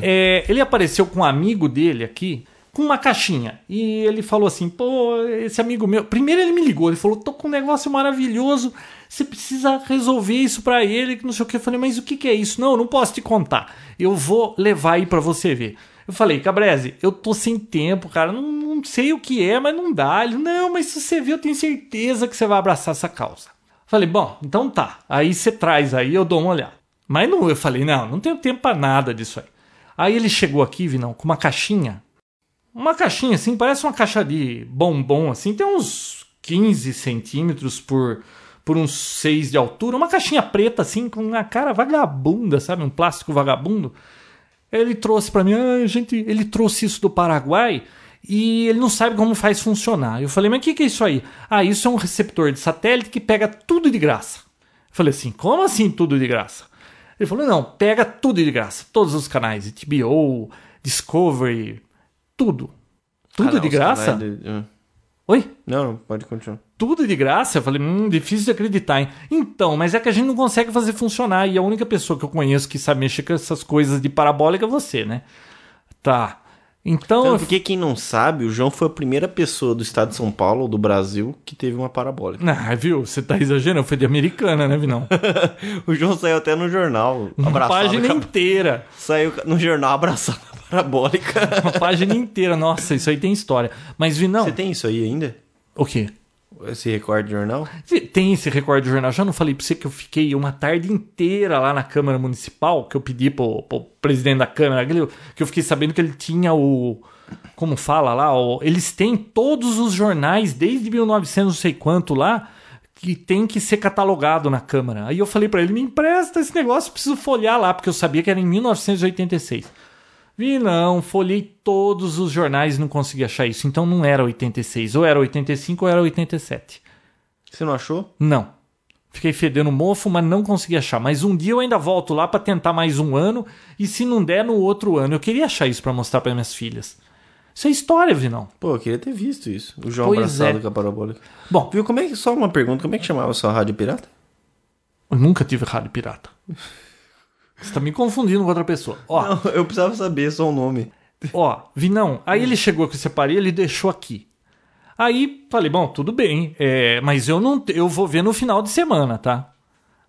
Speaker 3: é, ele apareceu com um amigo dele aqui, com uma caixinha. E ele falou assim: pô, esse amigo meu. Primeiro ele me ligou, ele falou: tô com um negócio maravilhoso, você precisa resolver isso pra ele, que não sei o que. Eu falei: mas o que, que é isso? Não, eu não posso te contar. Eu vou levar aí pra você ver. Eu falei, Cabrese, eu tô sem tempo, cara. Não, não sei o que é, mas não dá. Ele, não, mas se você ver, eu tenho certeza que você vai abraçar essa causa. Falei, bom, então tá. Aí você traz aí, eu dou uma olhada. Mas não, eu falei, não, não tenho tempo pra nada disso aí. Aí ele chegou aqui, Vinão, com uma caixinha. Uma caixinha assim, parece uma caixa de bombom, assim, tem uns 15 centímetros por, por uns 6 de altura. Uma caixinha preta, assim, com uma cara vagabunda, sabe? Um plástico vagabundo. Ele trouxe pra mim, ah, gente, ele trouxe isso do Paraguai e ele não sabe como faz funcionar. Eu falei, mas o que, que é isso aí? Ah, isso é um receptor de satélite que pega tudo de graça. Eu falei assim, como assim tudo de graça? Ele falou, não, pega tudo de graça, todos os canais, HBO, Discovery, tudo. Tudo
Speaker 2: Ah, não,
Speaker 3: de
Speaker 2: os
Speaker 3: graça?
Speaker 2: canais de- hum.
Speaker 3: Oi?
Speaker 2: Não, não, pode continuar.
Speaker 3: tudo de graça. Eu falei, hum, difícil de acreditar, hein? Então, mas é que a gente não consegue fazer funcionar. E a única pessoa que eu conheço que sabe mexer com essas coisas de parabólica é você, né? Tá. Então,
Speaker 2: Então,
Speaker 3: eu
Speaker 2: porque quem não sabe, o João foi a primeira pessoa do estado de São Paulo, ou do Brasil, que teve uma parabólica.
Speaker 3: Ah, viu? Você tá exagerando. Foi de americana, né, Vinão?
Speaker 2: O João saiu até no jornal.
Speaker 3: Uma
Speaker 2: abraçado.
Speaker 3: página
Speaker 2: com a-
Speaker 3: inteira.
Speaker 2: Saiu no jornal abraçado a parabólica.
Speaker 3: Uma página inteira. Nossa, isso aí tem história. Mas, Vinão...
Speaker 2: Você tem isso aí ainda?
Speaker 3: O quê?
Speaker 2: Esse recorde de jornal?
Speaker 3: Tem esse recorde de jornal. Já não falei pra você que eu fiquei uma tarde inteira lá na Câmara Municipal, que eu pedi pro, pro presidente da Câmara, que ele- que eu fiquei sabendo que ele tinha o. Como fala lá? o- eles têm todos os jornais, desde 1900 não sei quanto lá, que tem que ser catalogado na Câmara. Aí eu falei pra ele: me empresta esse negócio, eu preciso folhear lá, porque eu sabia que era em 1986. Vi não, folhei todos os jornais e não consegui achar isso. Então não era 86, ou era 85 ou era 87.
Speaker 2: Você não achou?
Speaker 3: Não. Fiquei fedendo mofo, mas não consegui achar. Mas um dia eu ainda volto lá pra tentar mais um ano. E se não der, no outro ano. Eu queria achar isso pra mostrar para minhas filhas. Isso é história, Vinão.
Speaker 2: Pô, eu queria ter visto isso. O João
Speaker 3: Pois
Speaker 2: abraçado
Speaker 3: é.
Speaker 2: com a parabólica.
Speaker 3: Bom,
Speaker 2: Viu como é que. Só uma pergunta, como é que chamava a sua rádio pirata?
Speaker 3: eu nunca tive rádio pirata. Você tá me confundindo com outra pessoa. Ó,
Speaker 2: Não, eu precisava saber só o nome.
Speaker 3: Ó, Vinão, aí ele chegou com esse aparelho e deixou aqui. Aí falei, bom, tudo bem, é, mas eu não, eu vou ver no final de semana, tá?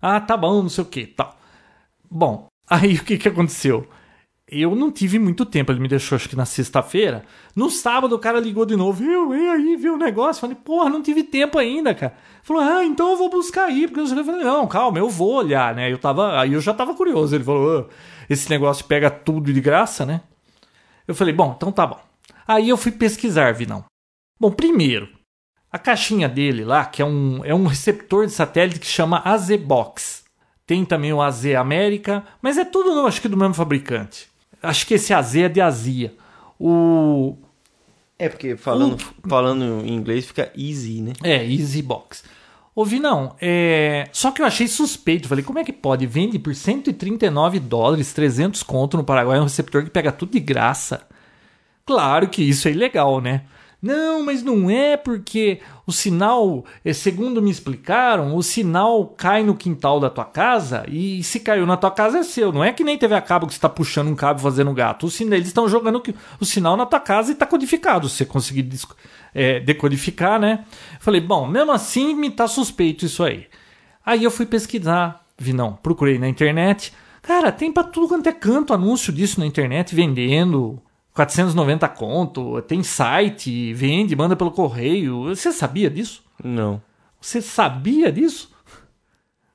Speaker 3: Ah, tá bom, não sei o que, tal. Bom, aí o que que aconteceu? Eu não tive muito tempo, ele me deixou acho que na sexta-feira. No sábado o cara ligou de novo, viu, e aí, viu o negócio? Falei, porra, não tive tempo ainda, cara. Falou, ah, então eu vou buscar aí, porque não sei o que. Eu falei, não, calma, eu vou olhar, né? Eu tava, aí eu já tava curioso. Ele falou, ah, esse negócio pega tudo de graça, né? Eu falei, bom, então tá bom. Aí eu fui pesquisar, Vinão. Bom, primeiro, a caixinha dele lá, que é um, é um receptor de satélite que chama AZ Box. Tem também o AZ América, mas é tudo, eu acho que, do mesmo fabricante. Acho que esse AZ é de Azia. O,
Speaker 2: É, porque falando, falando em inglês fica easy, né?
Speaker 3: É, Easy Box. Ô, Vinão, é... só que eu achei suspeito. Falei, como é que pode? Vende por 139 dólares, 300 conto no Paraguai, é um receptor que pega tudo de graça. Claro que isso é ilegal, né? Não, mas não é porque o sinal, é, segundo me explicaram, o sinal cai no quintal da tua casa e se caiu na tua casa é seu. Não é que nem TV a cabo que você está puxando um cabo e fazendo gato. O sina- eles estão jogando o que- o sinal na tua casa e está codificado. Se você conseguir dis- é, decodificar, né? Falei, bom, mesmo assim me tá suspeito isso aí. Aí eu fui pesquisar, vi não, procurei na internet. Cara, tem pra tudo quanto é canto anúncio disso na internet vendendo. 490 conto, tem site, vende, manda pelo correio. Você sabia disso?
Speaker 2: Não.
Speaker 3: Você sabia disso?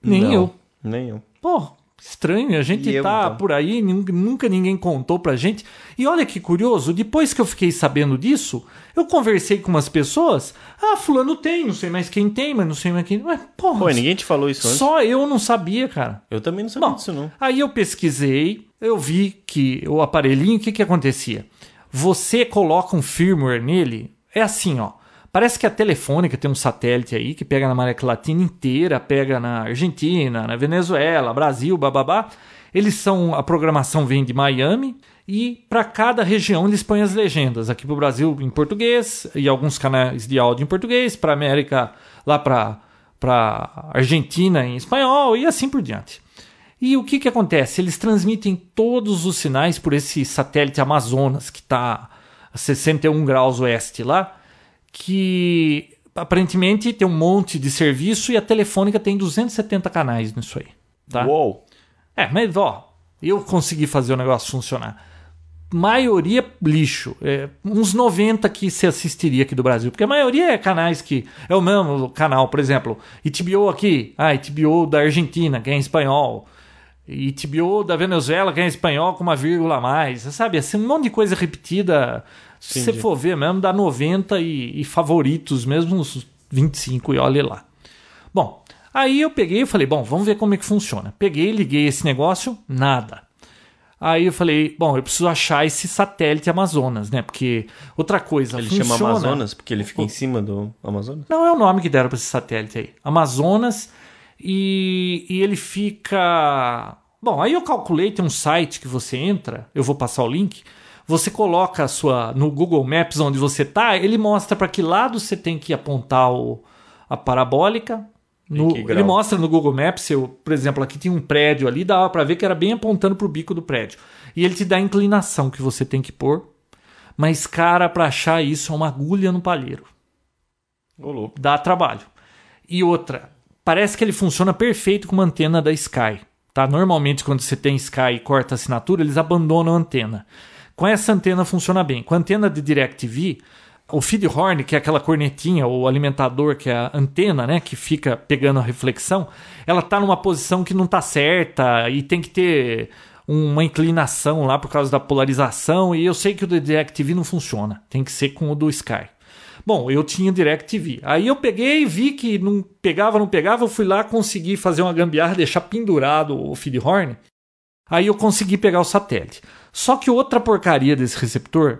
Speaker 3: Nem
Speaker 2: Não.
Speaker 3: eu.
Speaker 2: Nem eu.
Speaker 3: Pô, estranho, a gente
Speaker 2: E eu,
Speaker 3: tá
Speaker 2: então?
Speaker 3: por aí, nun- nunca ninguém contou pra gente. E olha que curioso, depois que eu fiquei sabendo disso, eu conversei com umas pessoas. Ah, fulano tem, não sei mais quem tem, mas não sei mais quem. Mas, porra,
Speaker 2: Pô, ninguém te falou isso antes?
Speaker 3: só eu não sabia, cara.
Speaker 2: Eu também não sabia
Speaker 3: Bom,
Speaker 2: disso, não.
Speaker 3: Aí eu pesquisei, eu vi que o aparelhinho, o que que acontecia? Você coloca um firmware nele, é assim, ó. Parece que a Telefônica tem um satélite aí que pega na América Latina inteira, pega na Argentina, na Venezuela, Brasil, bababá. Eles são a programação vem de Miami e para cada região eles põem as legendas. Aqui pro Brasil em português e alguns canais de áudio em português, para América lá para para Argentina em espanhol e assim por diante. E o que, que acontece? Eles transmitem todos os sinais por esse satélite Amazonas, que está a 61 graus oeste lá, que aparentemente tem um monte de serviço e a Telefônica tem 270 canais nisso aí. Tá?
Speaker 2: Uou.
Speaker 3: É, mas ó, eu consegui fazer o negócio funcionar. Maioria lixo. É, uns 90 que se assistiria aqui do Brasil. Porque a maioria é canais que. É o mesmo canal, por exemplo. HBO aqui. Ah, HBO da Argentina, que é em espanhol. HBO da Venezuela, que é em espanhol com uma vírgula a mais. Sabe? Assim, um monte de coisa repetida. Se você
Speaker 2: Entendi.
Speaker 3: for ver mesmo, dá 90 e, e favoritos, mesmo uns 25 e olha lá. Bom, aí eu peguei e falei, bom, vamos ver como é que funciona. Peguei, liguei esse negócio, nada. Aí eu falei, bom, eu preciso achar esse satélite Amazonas, né? Porque outra coisa,
Speaker 2: Ele
Speaker 3: funciona...
Speaker 2: chama Amazonas porque ele fica em cima do Amazonas?
Speaker 3: Não, é o nome que deram para esse satélite aí. Amazonas. E, e ele fica. Bom, aí eu calculei, tem um site que você entra, eu vou passar o link. Você coloca a sua no Google Maps onde você tá, ele mostra para que lado você tem que apontar o- a parabólica. No-
Speaker 2: que grau?
Speaker 3: ele mostra no Google Maps, eu, por exemplo, aqui tinha um prédio ali, dava para ver que era bem apontando pro bico do prédio. E ele te dá a inclinação que você tem que pôr. Mas, cara, para achar isso é uma agulha no palheiro
Speaker 2: Ô, louco.
Speaker 3: dá trabalho. E outra, parece que ele funciona perfeito com uma antena da Sky. Tá? Normalmente, quando você tem Sky e corta a assinatura, eles abandonam a antena. Com essa antena funciona bem. Com a antena de DirecTV, o feed horn, que é aquela cornetinha ou alimentador, que é a antena, né, que fica pegando a reflexão, ela tá numa posição que não tá certa e tem que ter uma inclinação lá por causa da polarização. E eu sei que o do DirecTV não funciona. Tem que ser com o do Sky. Bom, eu tinha DirecTV. Aí eu peguei, vi que não pegava, não pegava, eu fui lá, consegui fazer uma gambiarra, deixar pendurado o feed horn. Aí eu consegui pegar o satélite. Só que outra porcaria desse receptor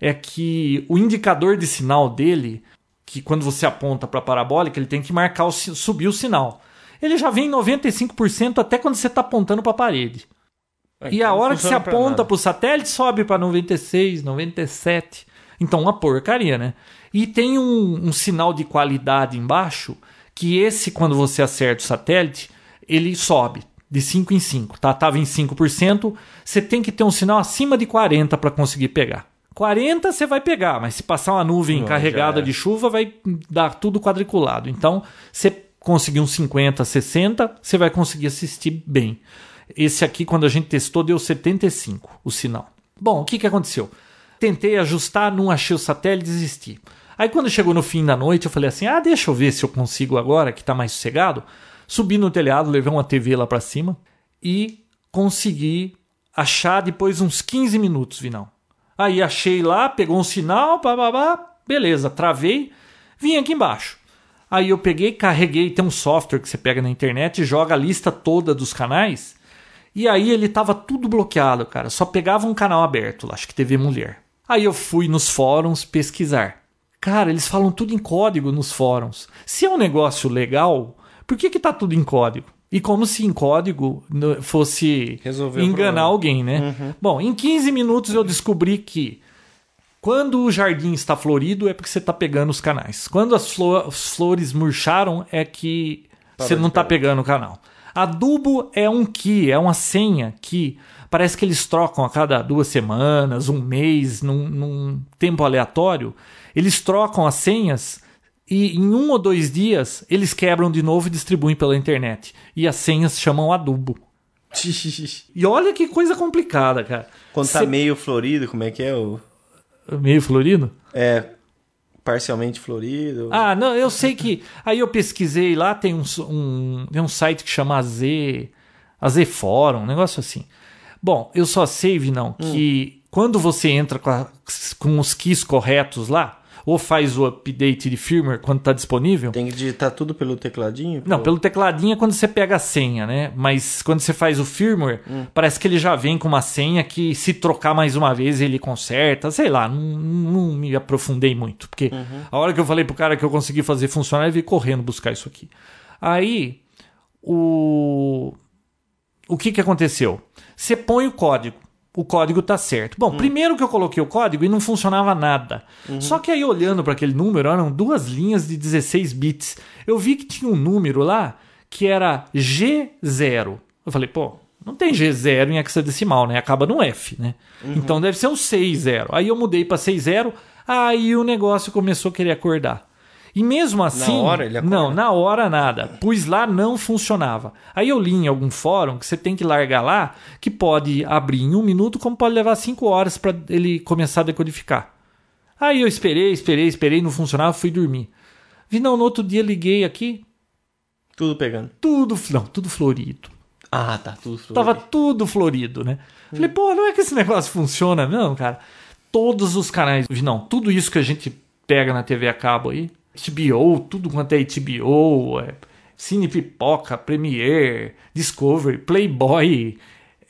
Speaker 3: é que o indicador de sinal dele, que quando você aponta para a parabólica, ele tem que marcar o si- subir o sinal. Ele já vem em 95% até quando você está apontando para a parede. E a hora que você aponta pro satélite, sobe pra 96, 97. Então, uma porcaria, né? E tem um, um sinal de qualidade embaixo, que esse, quando você acerta o satélite, ele sobe de 5 em 5, tá? Tava em 5%, você tem que ter um sinal acima de 40 para conseguir pegar. 40 você vai pegar, mas se passar uma nuvem
Speaker 2: Não, já
Speaker 3: carregada
Speaker 2: era.
Speaker 3: de chuva, vai dar tudo quadriculado. Então, você conseguir um 50, 60, você vai conseguir assistir bem. Esse aqui, quando a gente testou, deu 75 o sinal. Bom, o que, que aconteceu? Tentei ajustar, não achei o satélite, desisti. Aí quando chegou no fim da noite, eu falei assim: ah, deixa eu ver se eu consigo agora, que tá mais sossegado. Subi no telhado, levei uma TV lá pra cima e consegui achar depois uns 15 minutos, Vinão. Aí achei lá, pegou um sinal, bababá, beleza, travei, vim aqui embaixo. Aí eu peguei, carreguei, tem um software que você pega na internet e joga a lista toda dos canais. E aí ele tava tudo bloqueado, cara. Só pegava um canal aberto, lá, acho que TV Mulher. Aí eu fui nos fóruns pesquisar. Cara, eles falam tudo em código nos fóruns. Se é um negócio legal, por que que tá tudo em código? E como se em código no- fosse
Speaker 2: Resolver o
Speaker 3: enganar
Speaker 2: problema.
Speaker 3: alguém, né? Bom, em 15 minutos eu descobri que quando o jardim está florido é porque você está pegando os canais. Quando as, flo- as flores murcharam é que você não está pegando o canal. Adubo é um que, é uma senha que parece que eles trocam a cada duas semanas, um mês, num, num tempo aleatório. Eles trocam as senhas e em um ou dois dias eles quebram de novo e distribuem pela internet. E as senhas chamam adubo. E olha que coisa complicada, cara.
Speaker 2: Quando tá
Speaker 3: Cê-
Speaker 2: meio florido, como é que é o.
Speaker 3: Meio florido?
Speaker 2: É. Parcialmente florido.
Speaker 3: Ah, não, eu sei que. Aí eu pesquisei lá, tem um, s- um- tem um site que chama AZ, AZ Fórum, um negócio assim. Bom, eu só sei, Vinão, que quando você entra com, a- com os keys corretos lá, ou faz o update de firmware quando está disponível.
Speaker 2: Tem que digitar tudo pelo tecladinho?
Speaker 3: Não,
Speaker 2: Pô.
Speaker 3: pelo tecladinho é quando você pega a senha, né? Mas quando você faz o firmware, parece que ele já vem com uma senha que se trocar mais uma vez ele conserta, sei lá, não, não me aprofundei muito. Porque a hora que eu falei pro cara que eu consegui fazer funcionar, ele veio correndo buscar isso aqui. Aí, o o que, que aconteceu? Você põe o código. O código tá certo.
Speaker 2: Hum.
Speaker 3: Bom, primeiro que eu coloquei o código e não funcionava nada.
Speaker 2: Uhum.
Speaker 3: Só que aí olhando para aquele número, eram duas linhas de 16 bits. Eu vi que tinha um número lá que era G0. Eu falei, pô, não tem G0 em hexadecimal, né? Acaba no F, né?
Speaker 2: Uhum.
Speaker 3: Então deve ser um 60. Aí eu mudei para 60, aí o negócio começou a querer acordar. E mesmo assim,
Speaker 2: hora ele acorda?
Speaker 3: não, na hora nada. Pus lá, não funcionava. Aí eu li em algum fórum que você tem que largar lá, que pode abrir em um minuto, como pode levar cinco horas para ele começar a decodificar. Aí eu esperei, esperei, esperei, não funcionava, fui dormir. Vi, não, no outro dia liguei aqui,
Speaker 2: Tudo pegando.
Speaker 3: tudo, não, tudo florido.
Speaker 2: Ah, tá, tudo florido.
Speaker 3: Tava tudo florido, né? Falei, pô, não é que esse negócio funciona, não, cara. Todos os canais, não, tudo isso que a gente pega na TV a cabo aí, HBO, tudo quanto é HBO, é, Cine Pipoca, Premiere, Discovery, Playboy,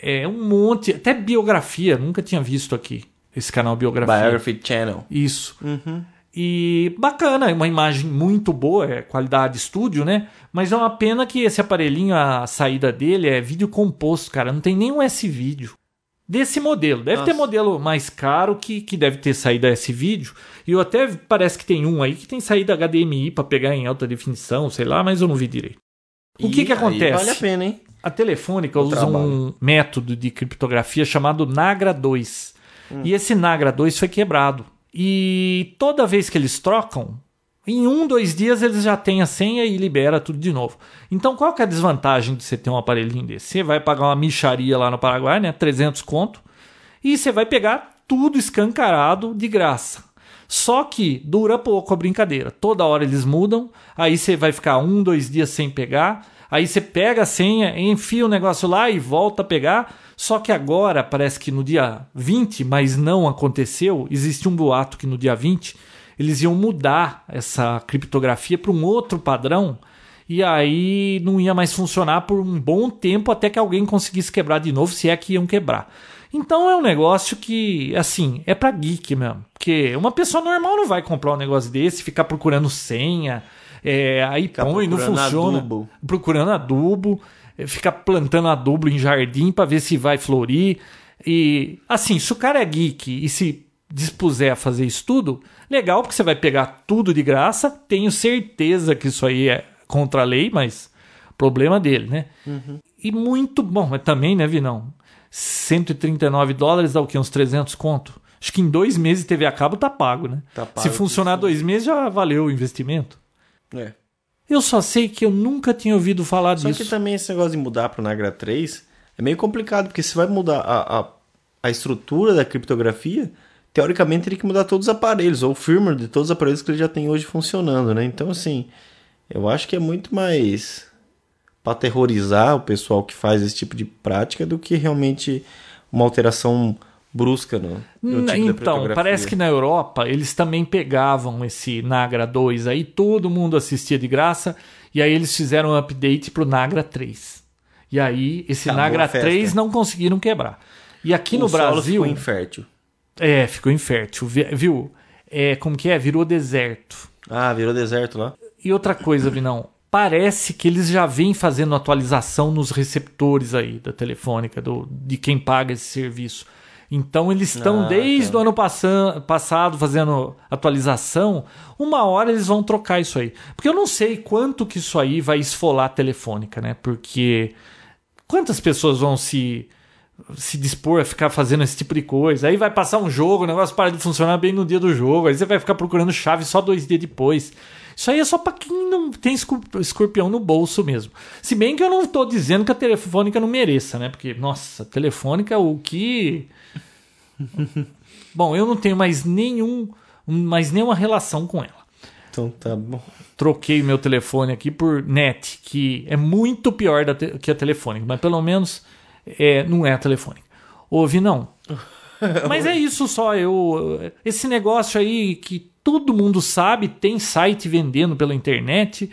Speaker 3: é um monte, até biografia, nunca tinha visto aqui esse canal biografia.
Speaker 2: Biography Channel.
Speaker 3: Isso. E bacana, é uma imagem muito boa, é qualidade estúdio, né? Mas é uma pena que esse aparelhinho, a saída dele é vídeo composto, cara. Não tem nenhum S-vídeo desse modelo. Deve ter
Speaker 2: Nossa.
Speaker 3: modelo mais caro que, que deve ter saída S-vídeo. E eu até parece que tem um aí que tem saída HDMI para pegar em alta definição, sei lá, mas eu não vi direito. O que
Speaker 2: Ih,
Speaker 3: que
Speaker 2: aí
Speaker 3: acontece?
Speaker 2: Vale a pena, hein?
Speaker 3: A Telefônica
Speaker 2: O
Speaker 3: usa um
Speaker 2: trabalho.
Speaker 3: método de criptografia chamado Nagra 2.
Speaker 2: Hum.
Speaker 3: E esse Nagra 2 foi quebrado. E toda vez que eles trocam, em um, dois dias eles já têm a senha e libera tudo de novo. Então qual que é a desvantagem de você ter um aparelhinho desse? Você vai pagar uma micharia lá no Paraguai, né? 300 conto. E você vai pegar tudo escancarado de graça. Só que dura pouco a brincadeira. Toda hora eles mudam, aí você vai ficar um, dois dias sem pegar, aí você pega a senha, enfia o negócio lá e volta a pegar. Só que agora, parece que no dia 20, mas não aconteceu, existe um boato que no dia 20 eles iam mudar essa criptografia para um outro padrão e aí não ia mais funcionar por um bom tempo até que alguém conseguisse quebrar de novo, se é que iam quebrar. Então é um negócio que, assim, é pra geek mesmo. Porque uma pessoa normal não vai comprar um negócio desse, ficar procurando senha, é, aí põe, não
Speaker 2: procurando
Speaker 3: funciona.
Speaker 2: adubo.
Speaker 3: Procurando adubo, é, ficar plantando adubo em jardim pra ver se vai florir. E, assim, se o cara é geek e se dispuser a fazer isso tudo, legal, porque você vai pegar tudo de graça. Tenho certeza que isso aí é contra a lei, mas problema dele, né?
Speaker 2: Uhum.
Speaker 3: E muito bom, mas também, né, Vinão? 139 dólares dá o quê? Uns 300 conto? Acho que em dois meses TV a cabo tá pago, né?
Speaker 2: Tá pago,
Speaker 3: Se funcionar dois meses já valeu o investimento.
Speaker 2: É.
Speaker 3: Eu só sei que eu nunca tinha ouvido falar
Speaker 2: Só
Speaker 3: disso.
Speaker 2: que também esse negócio de mudar pro Nagra 3 é meio complicado, porque se vai mudar a, a, a estrutura da criptografia, teoricamente teria que mudar todos os aparelhos, ou o firmware de todos os aparelhos que ele já tem hoje funcionando, né? Então, assim, eu acho que é muito mais para aterrorizar o pessoal que faz esse tipo de prática do que realmente uma alteração brusca no, no tipo
Speaker 3: Hum,
Speaker 2: da
Speaker 3: Então,
Speaker 2: criptografia.
Speaker 3: parece que na Europa eles também pegavam esse Nagra 2 aí, todo mundo assistia de graça, e aí eles fizeram um update pro Nagra 3. E aí esse
Speaker 2: Acabou
Speaker 3: Nagra
Speaker 2: a festa.
Speaker 3: 3 não conseguiram quebrar. E aqui
Speaker 2: O
Speaker 3: no
Speaker 2: solo
Speaker 3: Brasil.
Speaker 2: ficou infértil.
Speaker 3: É, ficou infértil, vi- viu? É, como que é? Virou deserto.
Speaker 2: Ah, virou deserto lá.
Speaker 3: E outra coisa, Vinão, parece que eles já vêm fazendo atualização nos receptores aí da telefônica, do, de quem paga esse serviço. Então eles estão
Speaker 2: Ah,
Speaker 3: desde
Speaker 2: tá.
Speaker 3: o ano passan- passado fazendo atualização. Uma hora eles vão trocar isso aí. Porque eu não sei quanto que isso aí vai esfolar a telefônica, né? Porque quantas pessoas vão se se dispor a ficar fazendo esse tipo de coisa. Aí vai passar um jogo, o negócio para de funcionar bem no dia do jogo. Aí você vai ficar procurando chave só dois dias depois. Isso aí é só pra quem não tem escu- escorpião no bolso mesmo. Se bem que eu não tô dizendo que a telefônica não mereça, né? Porque, nossa, telefônica, o que. Bom, eu não tenho mais nenhum, mais nenhuma relação com ela.
Speaker 2: Então tá bom.
Speaker 3: Troquei meu telefone aqui por net, que é muito pior da te- que a telefônica, mas pelo menos é, não é a telefônica. Ouve não. Mas é isso só, eu esse negócio aí que todo mundo sabe, tem site vendendo pela internet,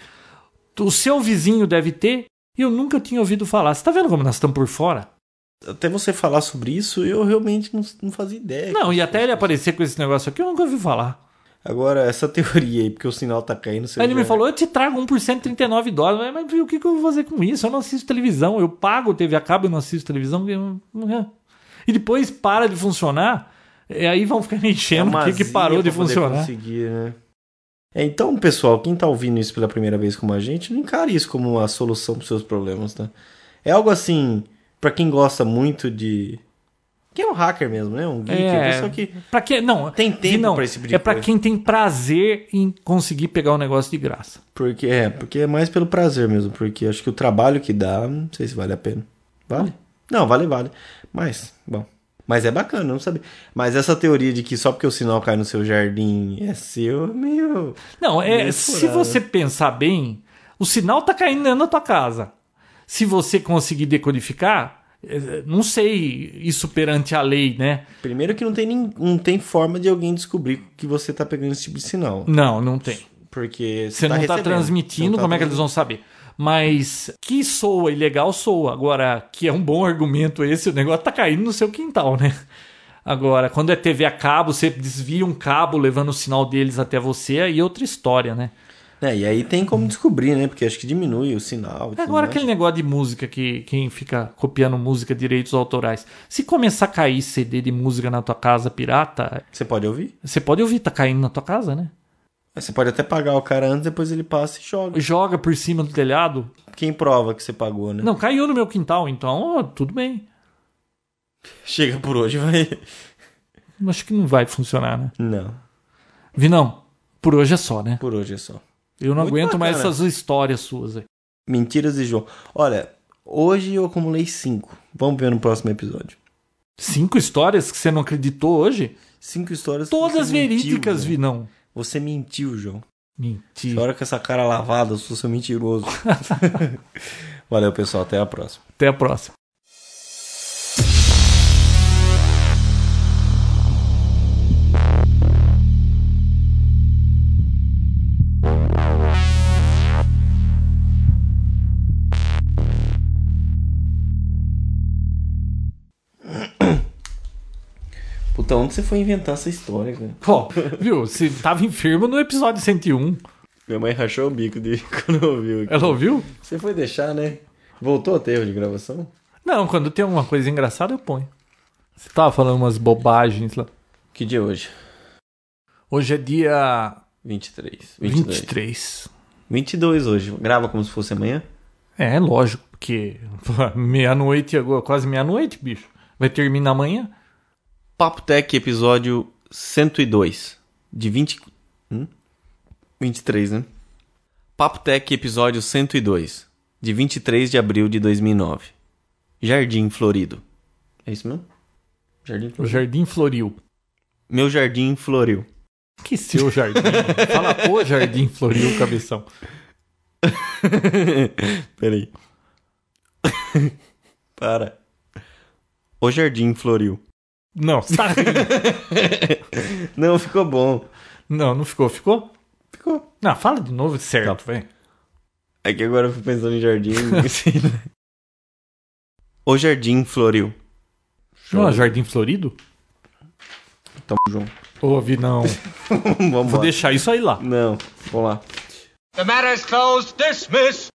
Speaker 3: o seu vizinho deve ter, e eu nunca tinha ouvido falar. Você tá vendo como nós estamos por fora?
Speaker 2: Até você falar sobre isso, eu realmente não, não fazia ideia.
Speaker 3: Não, e até ele aparecer com esse negócio aqui, eu nunca ouvi falar.
Speaker 2: Agora, essa teoria aí, porque o sinal tá caindo. você
Speaker 3: Aí ele
Speaker 2: já-
Speaker 3: me falou, eu te trago 1 por 139 dólares. Mas, mas o que, que eu vou fazer com isso? Eu não assisto televisão. Eu pago TV a cabo, eu não assisto televisão. eu- é. E depois para de funcionar. E aí vão ficar me
Speaker 2: É
Speaker 3: enchendo
Speaker 2: uma
Speaker 3: porque que
Speaker 2: azia
Speaker 3: parou de
Speaker 2: pra poder
Speaker 3: funcionar.
Speaker 2: conseguir, né? É, então, pessoal, quem tá ouvindo isso pela primeira vez como a gente, não encare isso como uma solução pros seus problemas, tá? É algo assim, pra quem gosta muito de. Quem é um hacker mesmo, né? Um geek,
Speaker 3: É.
Speaker 2: é... pessoa que
Speaker 3: Pra que, não,
Speaker 2: tem tempo
Speaker 3: não,
Speaker 2: pra esse tipo de
Speaker 3: é pra
Speaker 2: coisa.
Speaker 3: quem tem prazer em conseguir pegar o negócio de graça.
Speaker 2: Porque é, porque é mais pelo prazer mesmo, porque acho que o trabalho que dá, não sei se vale a pena. Vale? Não, vale, vale. Mas, bom. Mas é bacana, não sabe. Mas essa teoria de que só porque o sinal cai no seu jardim é seu, é meio.
Speaker 3: Não, é,
Speaker 2: Meio
Speaker 3: se
Speaker 2: furado.
Speaker 3: você pensar bem, o sinal tá caindo dentro da tua casa. Se você conseguir decodificar, eh, não sei isso perante a lei, né?
Speaker 2: Primeiro que não tem, nin- não tem forma de alguém descobrir que você tá pegando esse tipo de sinal.
Speaker 3: Não, não tem.
Speaker 2: Porque você,
Speaker 3: Você não está
Speaker 2: Tá recebendo, você
Speaker 3: transmitindo,
Speaker 2: não tá
Speaker 3: como é que eles vão saber? Mas que soa ilegal, soa. Agora, que é um bom argumento esse, o negócio tá caindo no seu quintal, né? Agora, quando é TV a cabo, você desvia um cabo levando o sinal deles até você, aí é outra história, né?
Speaker 2: É, e aí tem como descobrir, né? Porque acho que diminui o sinal. e tudo
Speaker 3: Agora,
Speaker 2: mais.
Speaker 3: aquele negócio de música que quem fica copiando música, direitos autorais. Se começar a cair CD de música na tua casa pirata,
Speaker 2: Você pode ouvir?
Speaker 3: você pode ouvir, tá caindo na tua casa, né?
Speaker 2: Você pode até pagar o cara antes, depois ele passa e joga.
Speaker 3: Joga por cima do telhado.
Speaker 2: Quem prova que você pagou, né?
Speaker 3: Não, caiu no meu quintal, então ó, tudo bem.
Speaker 2: Chega por hoje, vai.
Speaker 3: Acho que não vai funcionar, né?
Speaker 2: Não,
Speaker 3: Vinão, por hoje é só, né?
Speaker 2: por hoje é só.
Speaker 3: Eu não
Speaker 2: Muito
Speaker 3: aguento mais
Speaker 2: bacana.
Speaker 3: essas histórias suas aí.
Speaker 2: Mentiras de João. Olha, hoje eu acumulei cinco. Vamos ver no próximo episódio.
Speaker 3: Cinco histórias que você não acreditou hoje?
Speaker 2: Cinco histórias. que
Speaker 3: Todas
Speaker 2: você mentiu,
Speaker 3: verídicas,
Speaker 2: João.
Speaker 3: Vinão.
Speaker 2: Você mentiu, João.
Speaker 3: Mentira.
Speaker 2: Agora com essa cara lavada, eu sou seu mentiroso. Valeu, pessoal. Até a próxima.
Speaker 3: Até a próxima.
Speaker 2: Puta, onde você foi inventar essa história, cara?
Speaker 3: Ó, viu? Você tava enfermo no episódio 101.
Speaker 2: Minha mãe rachou o bico de quando ouviu. aqui.
Speaker 3: Ela ouviu?
Speaker 2: Você foi deixar, né? Voltou até erro de gravação?
Speaker 3: Não, quando tem alguma coisa engraçada, eu ponho. Você tava falando umas bobagens lá.
Speaker 2: Que dia é hoje?
Speaker 3: Hoje é dia
Speaker 2: 23. 22.
Speaker 3: 23.
Speaker 2: 22 hoje. Grava como se fosse amanhã?
Speaker 3: É, lógico, porque meia-noite agora, quase meia-noite, bicho. Vai terminar amanhã?
Speaker 2: Papo Tech, episódio 102. De 20. Hum? 23, né? Papo Tech, episódio 102. De 23 de abril de 2009. Jardim Florido. É isso mesmo? Jardim
Speaker 3: O
Speaker 2: Florido.
Speaker 3: Jardim Floril.
Speaker 2: Meu jardim floriu.
Speaker 3: Que seu jardim. Fala, pô, jardim floriu, cabeção.
Speaker 2: Peraí. Para. O jardim floriu.
Speaker 3: Não, você tá rindo.
Speaker 2: Não, ficou bom.
Speaker 3: Não, não ficou. Ficou?
Speaker 2: Ficou.
Speaker 3: Não, fala de novo certo, velho.
Speaker 2: É que agora eu fui pensando em jardim. assim, né? o jardim floriu.
Speaker 3: Não, é jardim florido?
Speaker 2: Então, João.
Speaker 3: Ouvi, não.
Speaker 2: Vamos
Speaker 3: Vou deixar isso aí lá.
Speaker 2: Não, vamos lá.
Speaker 4: The matter is closed. Dismiss.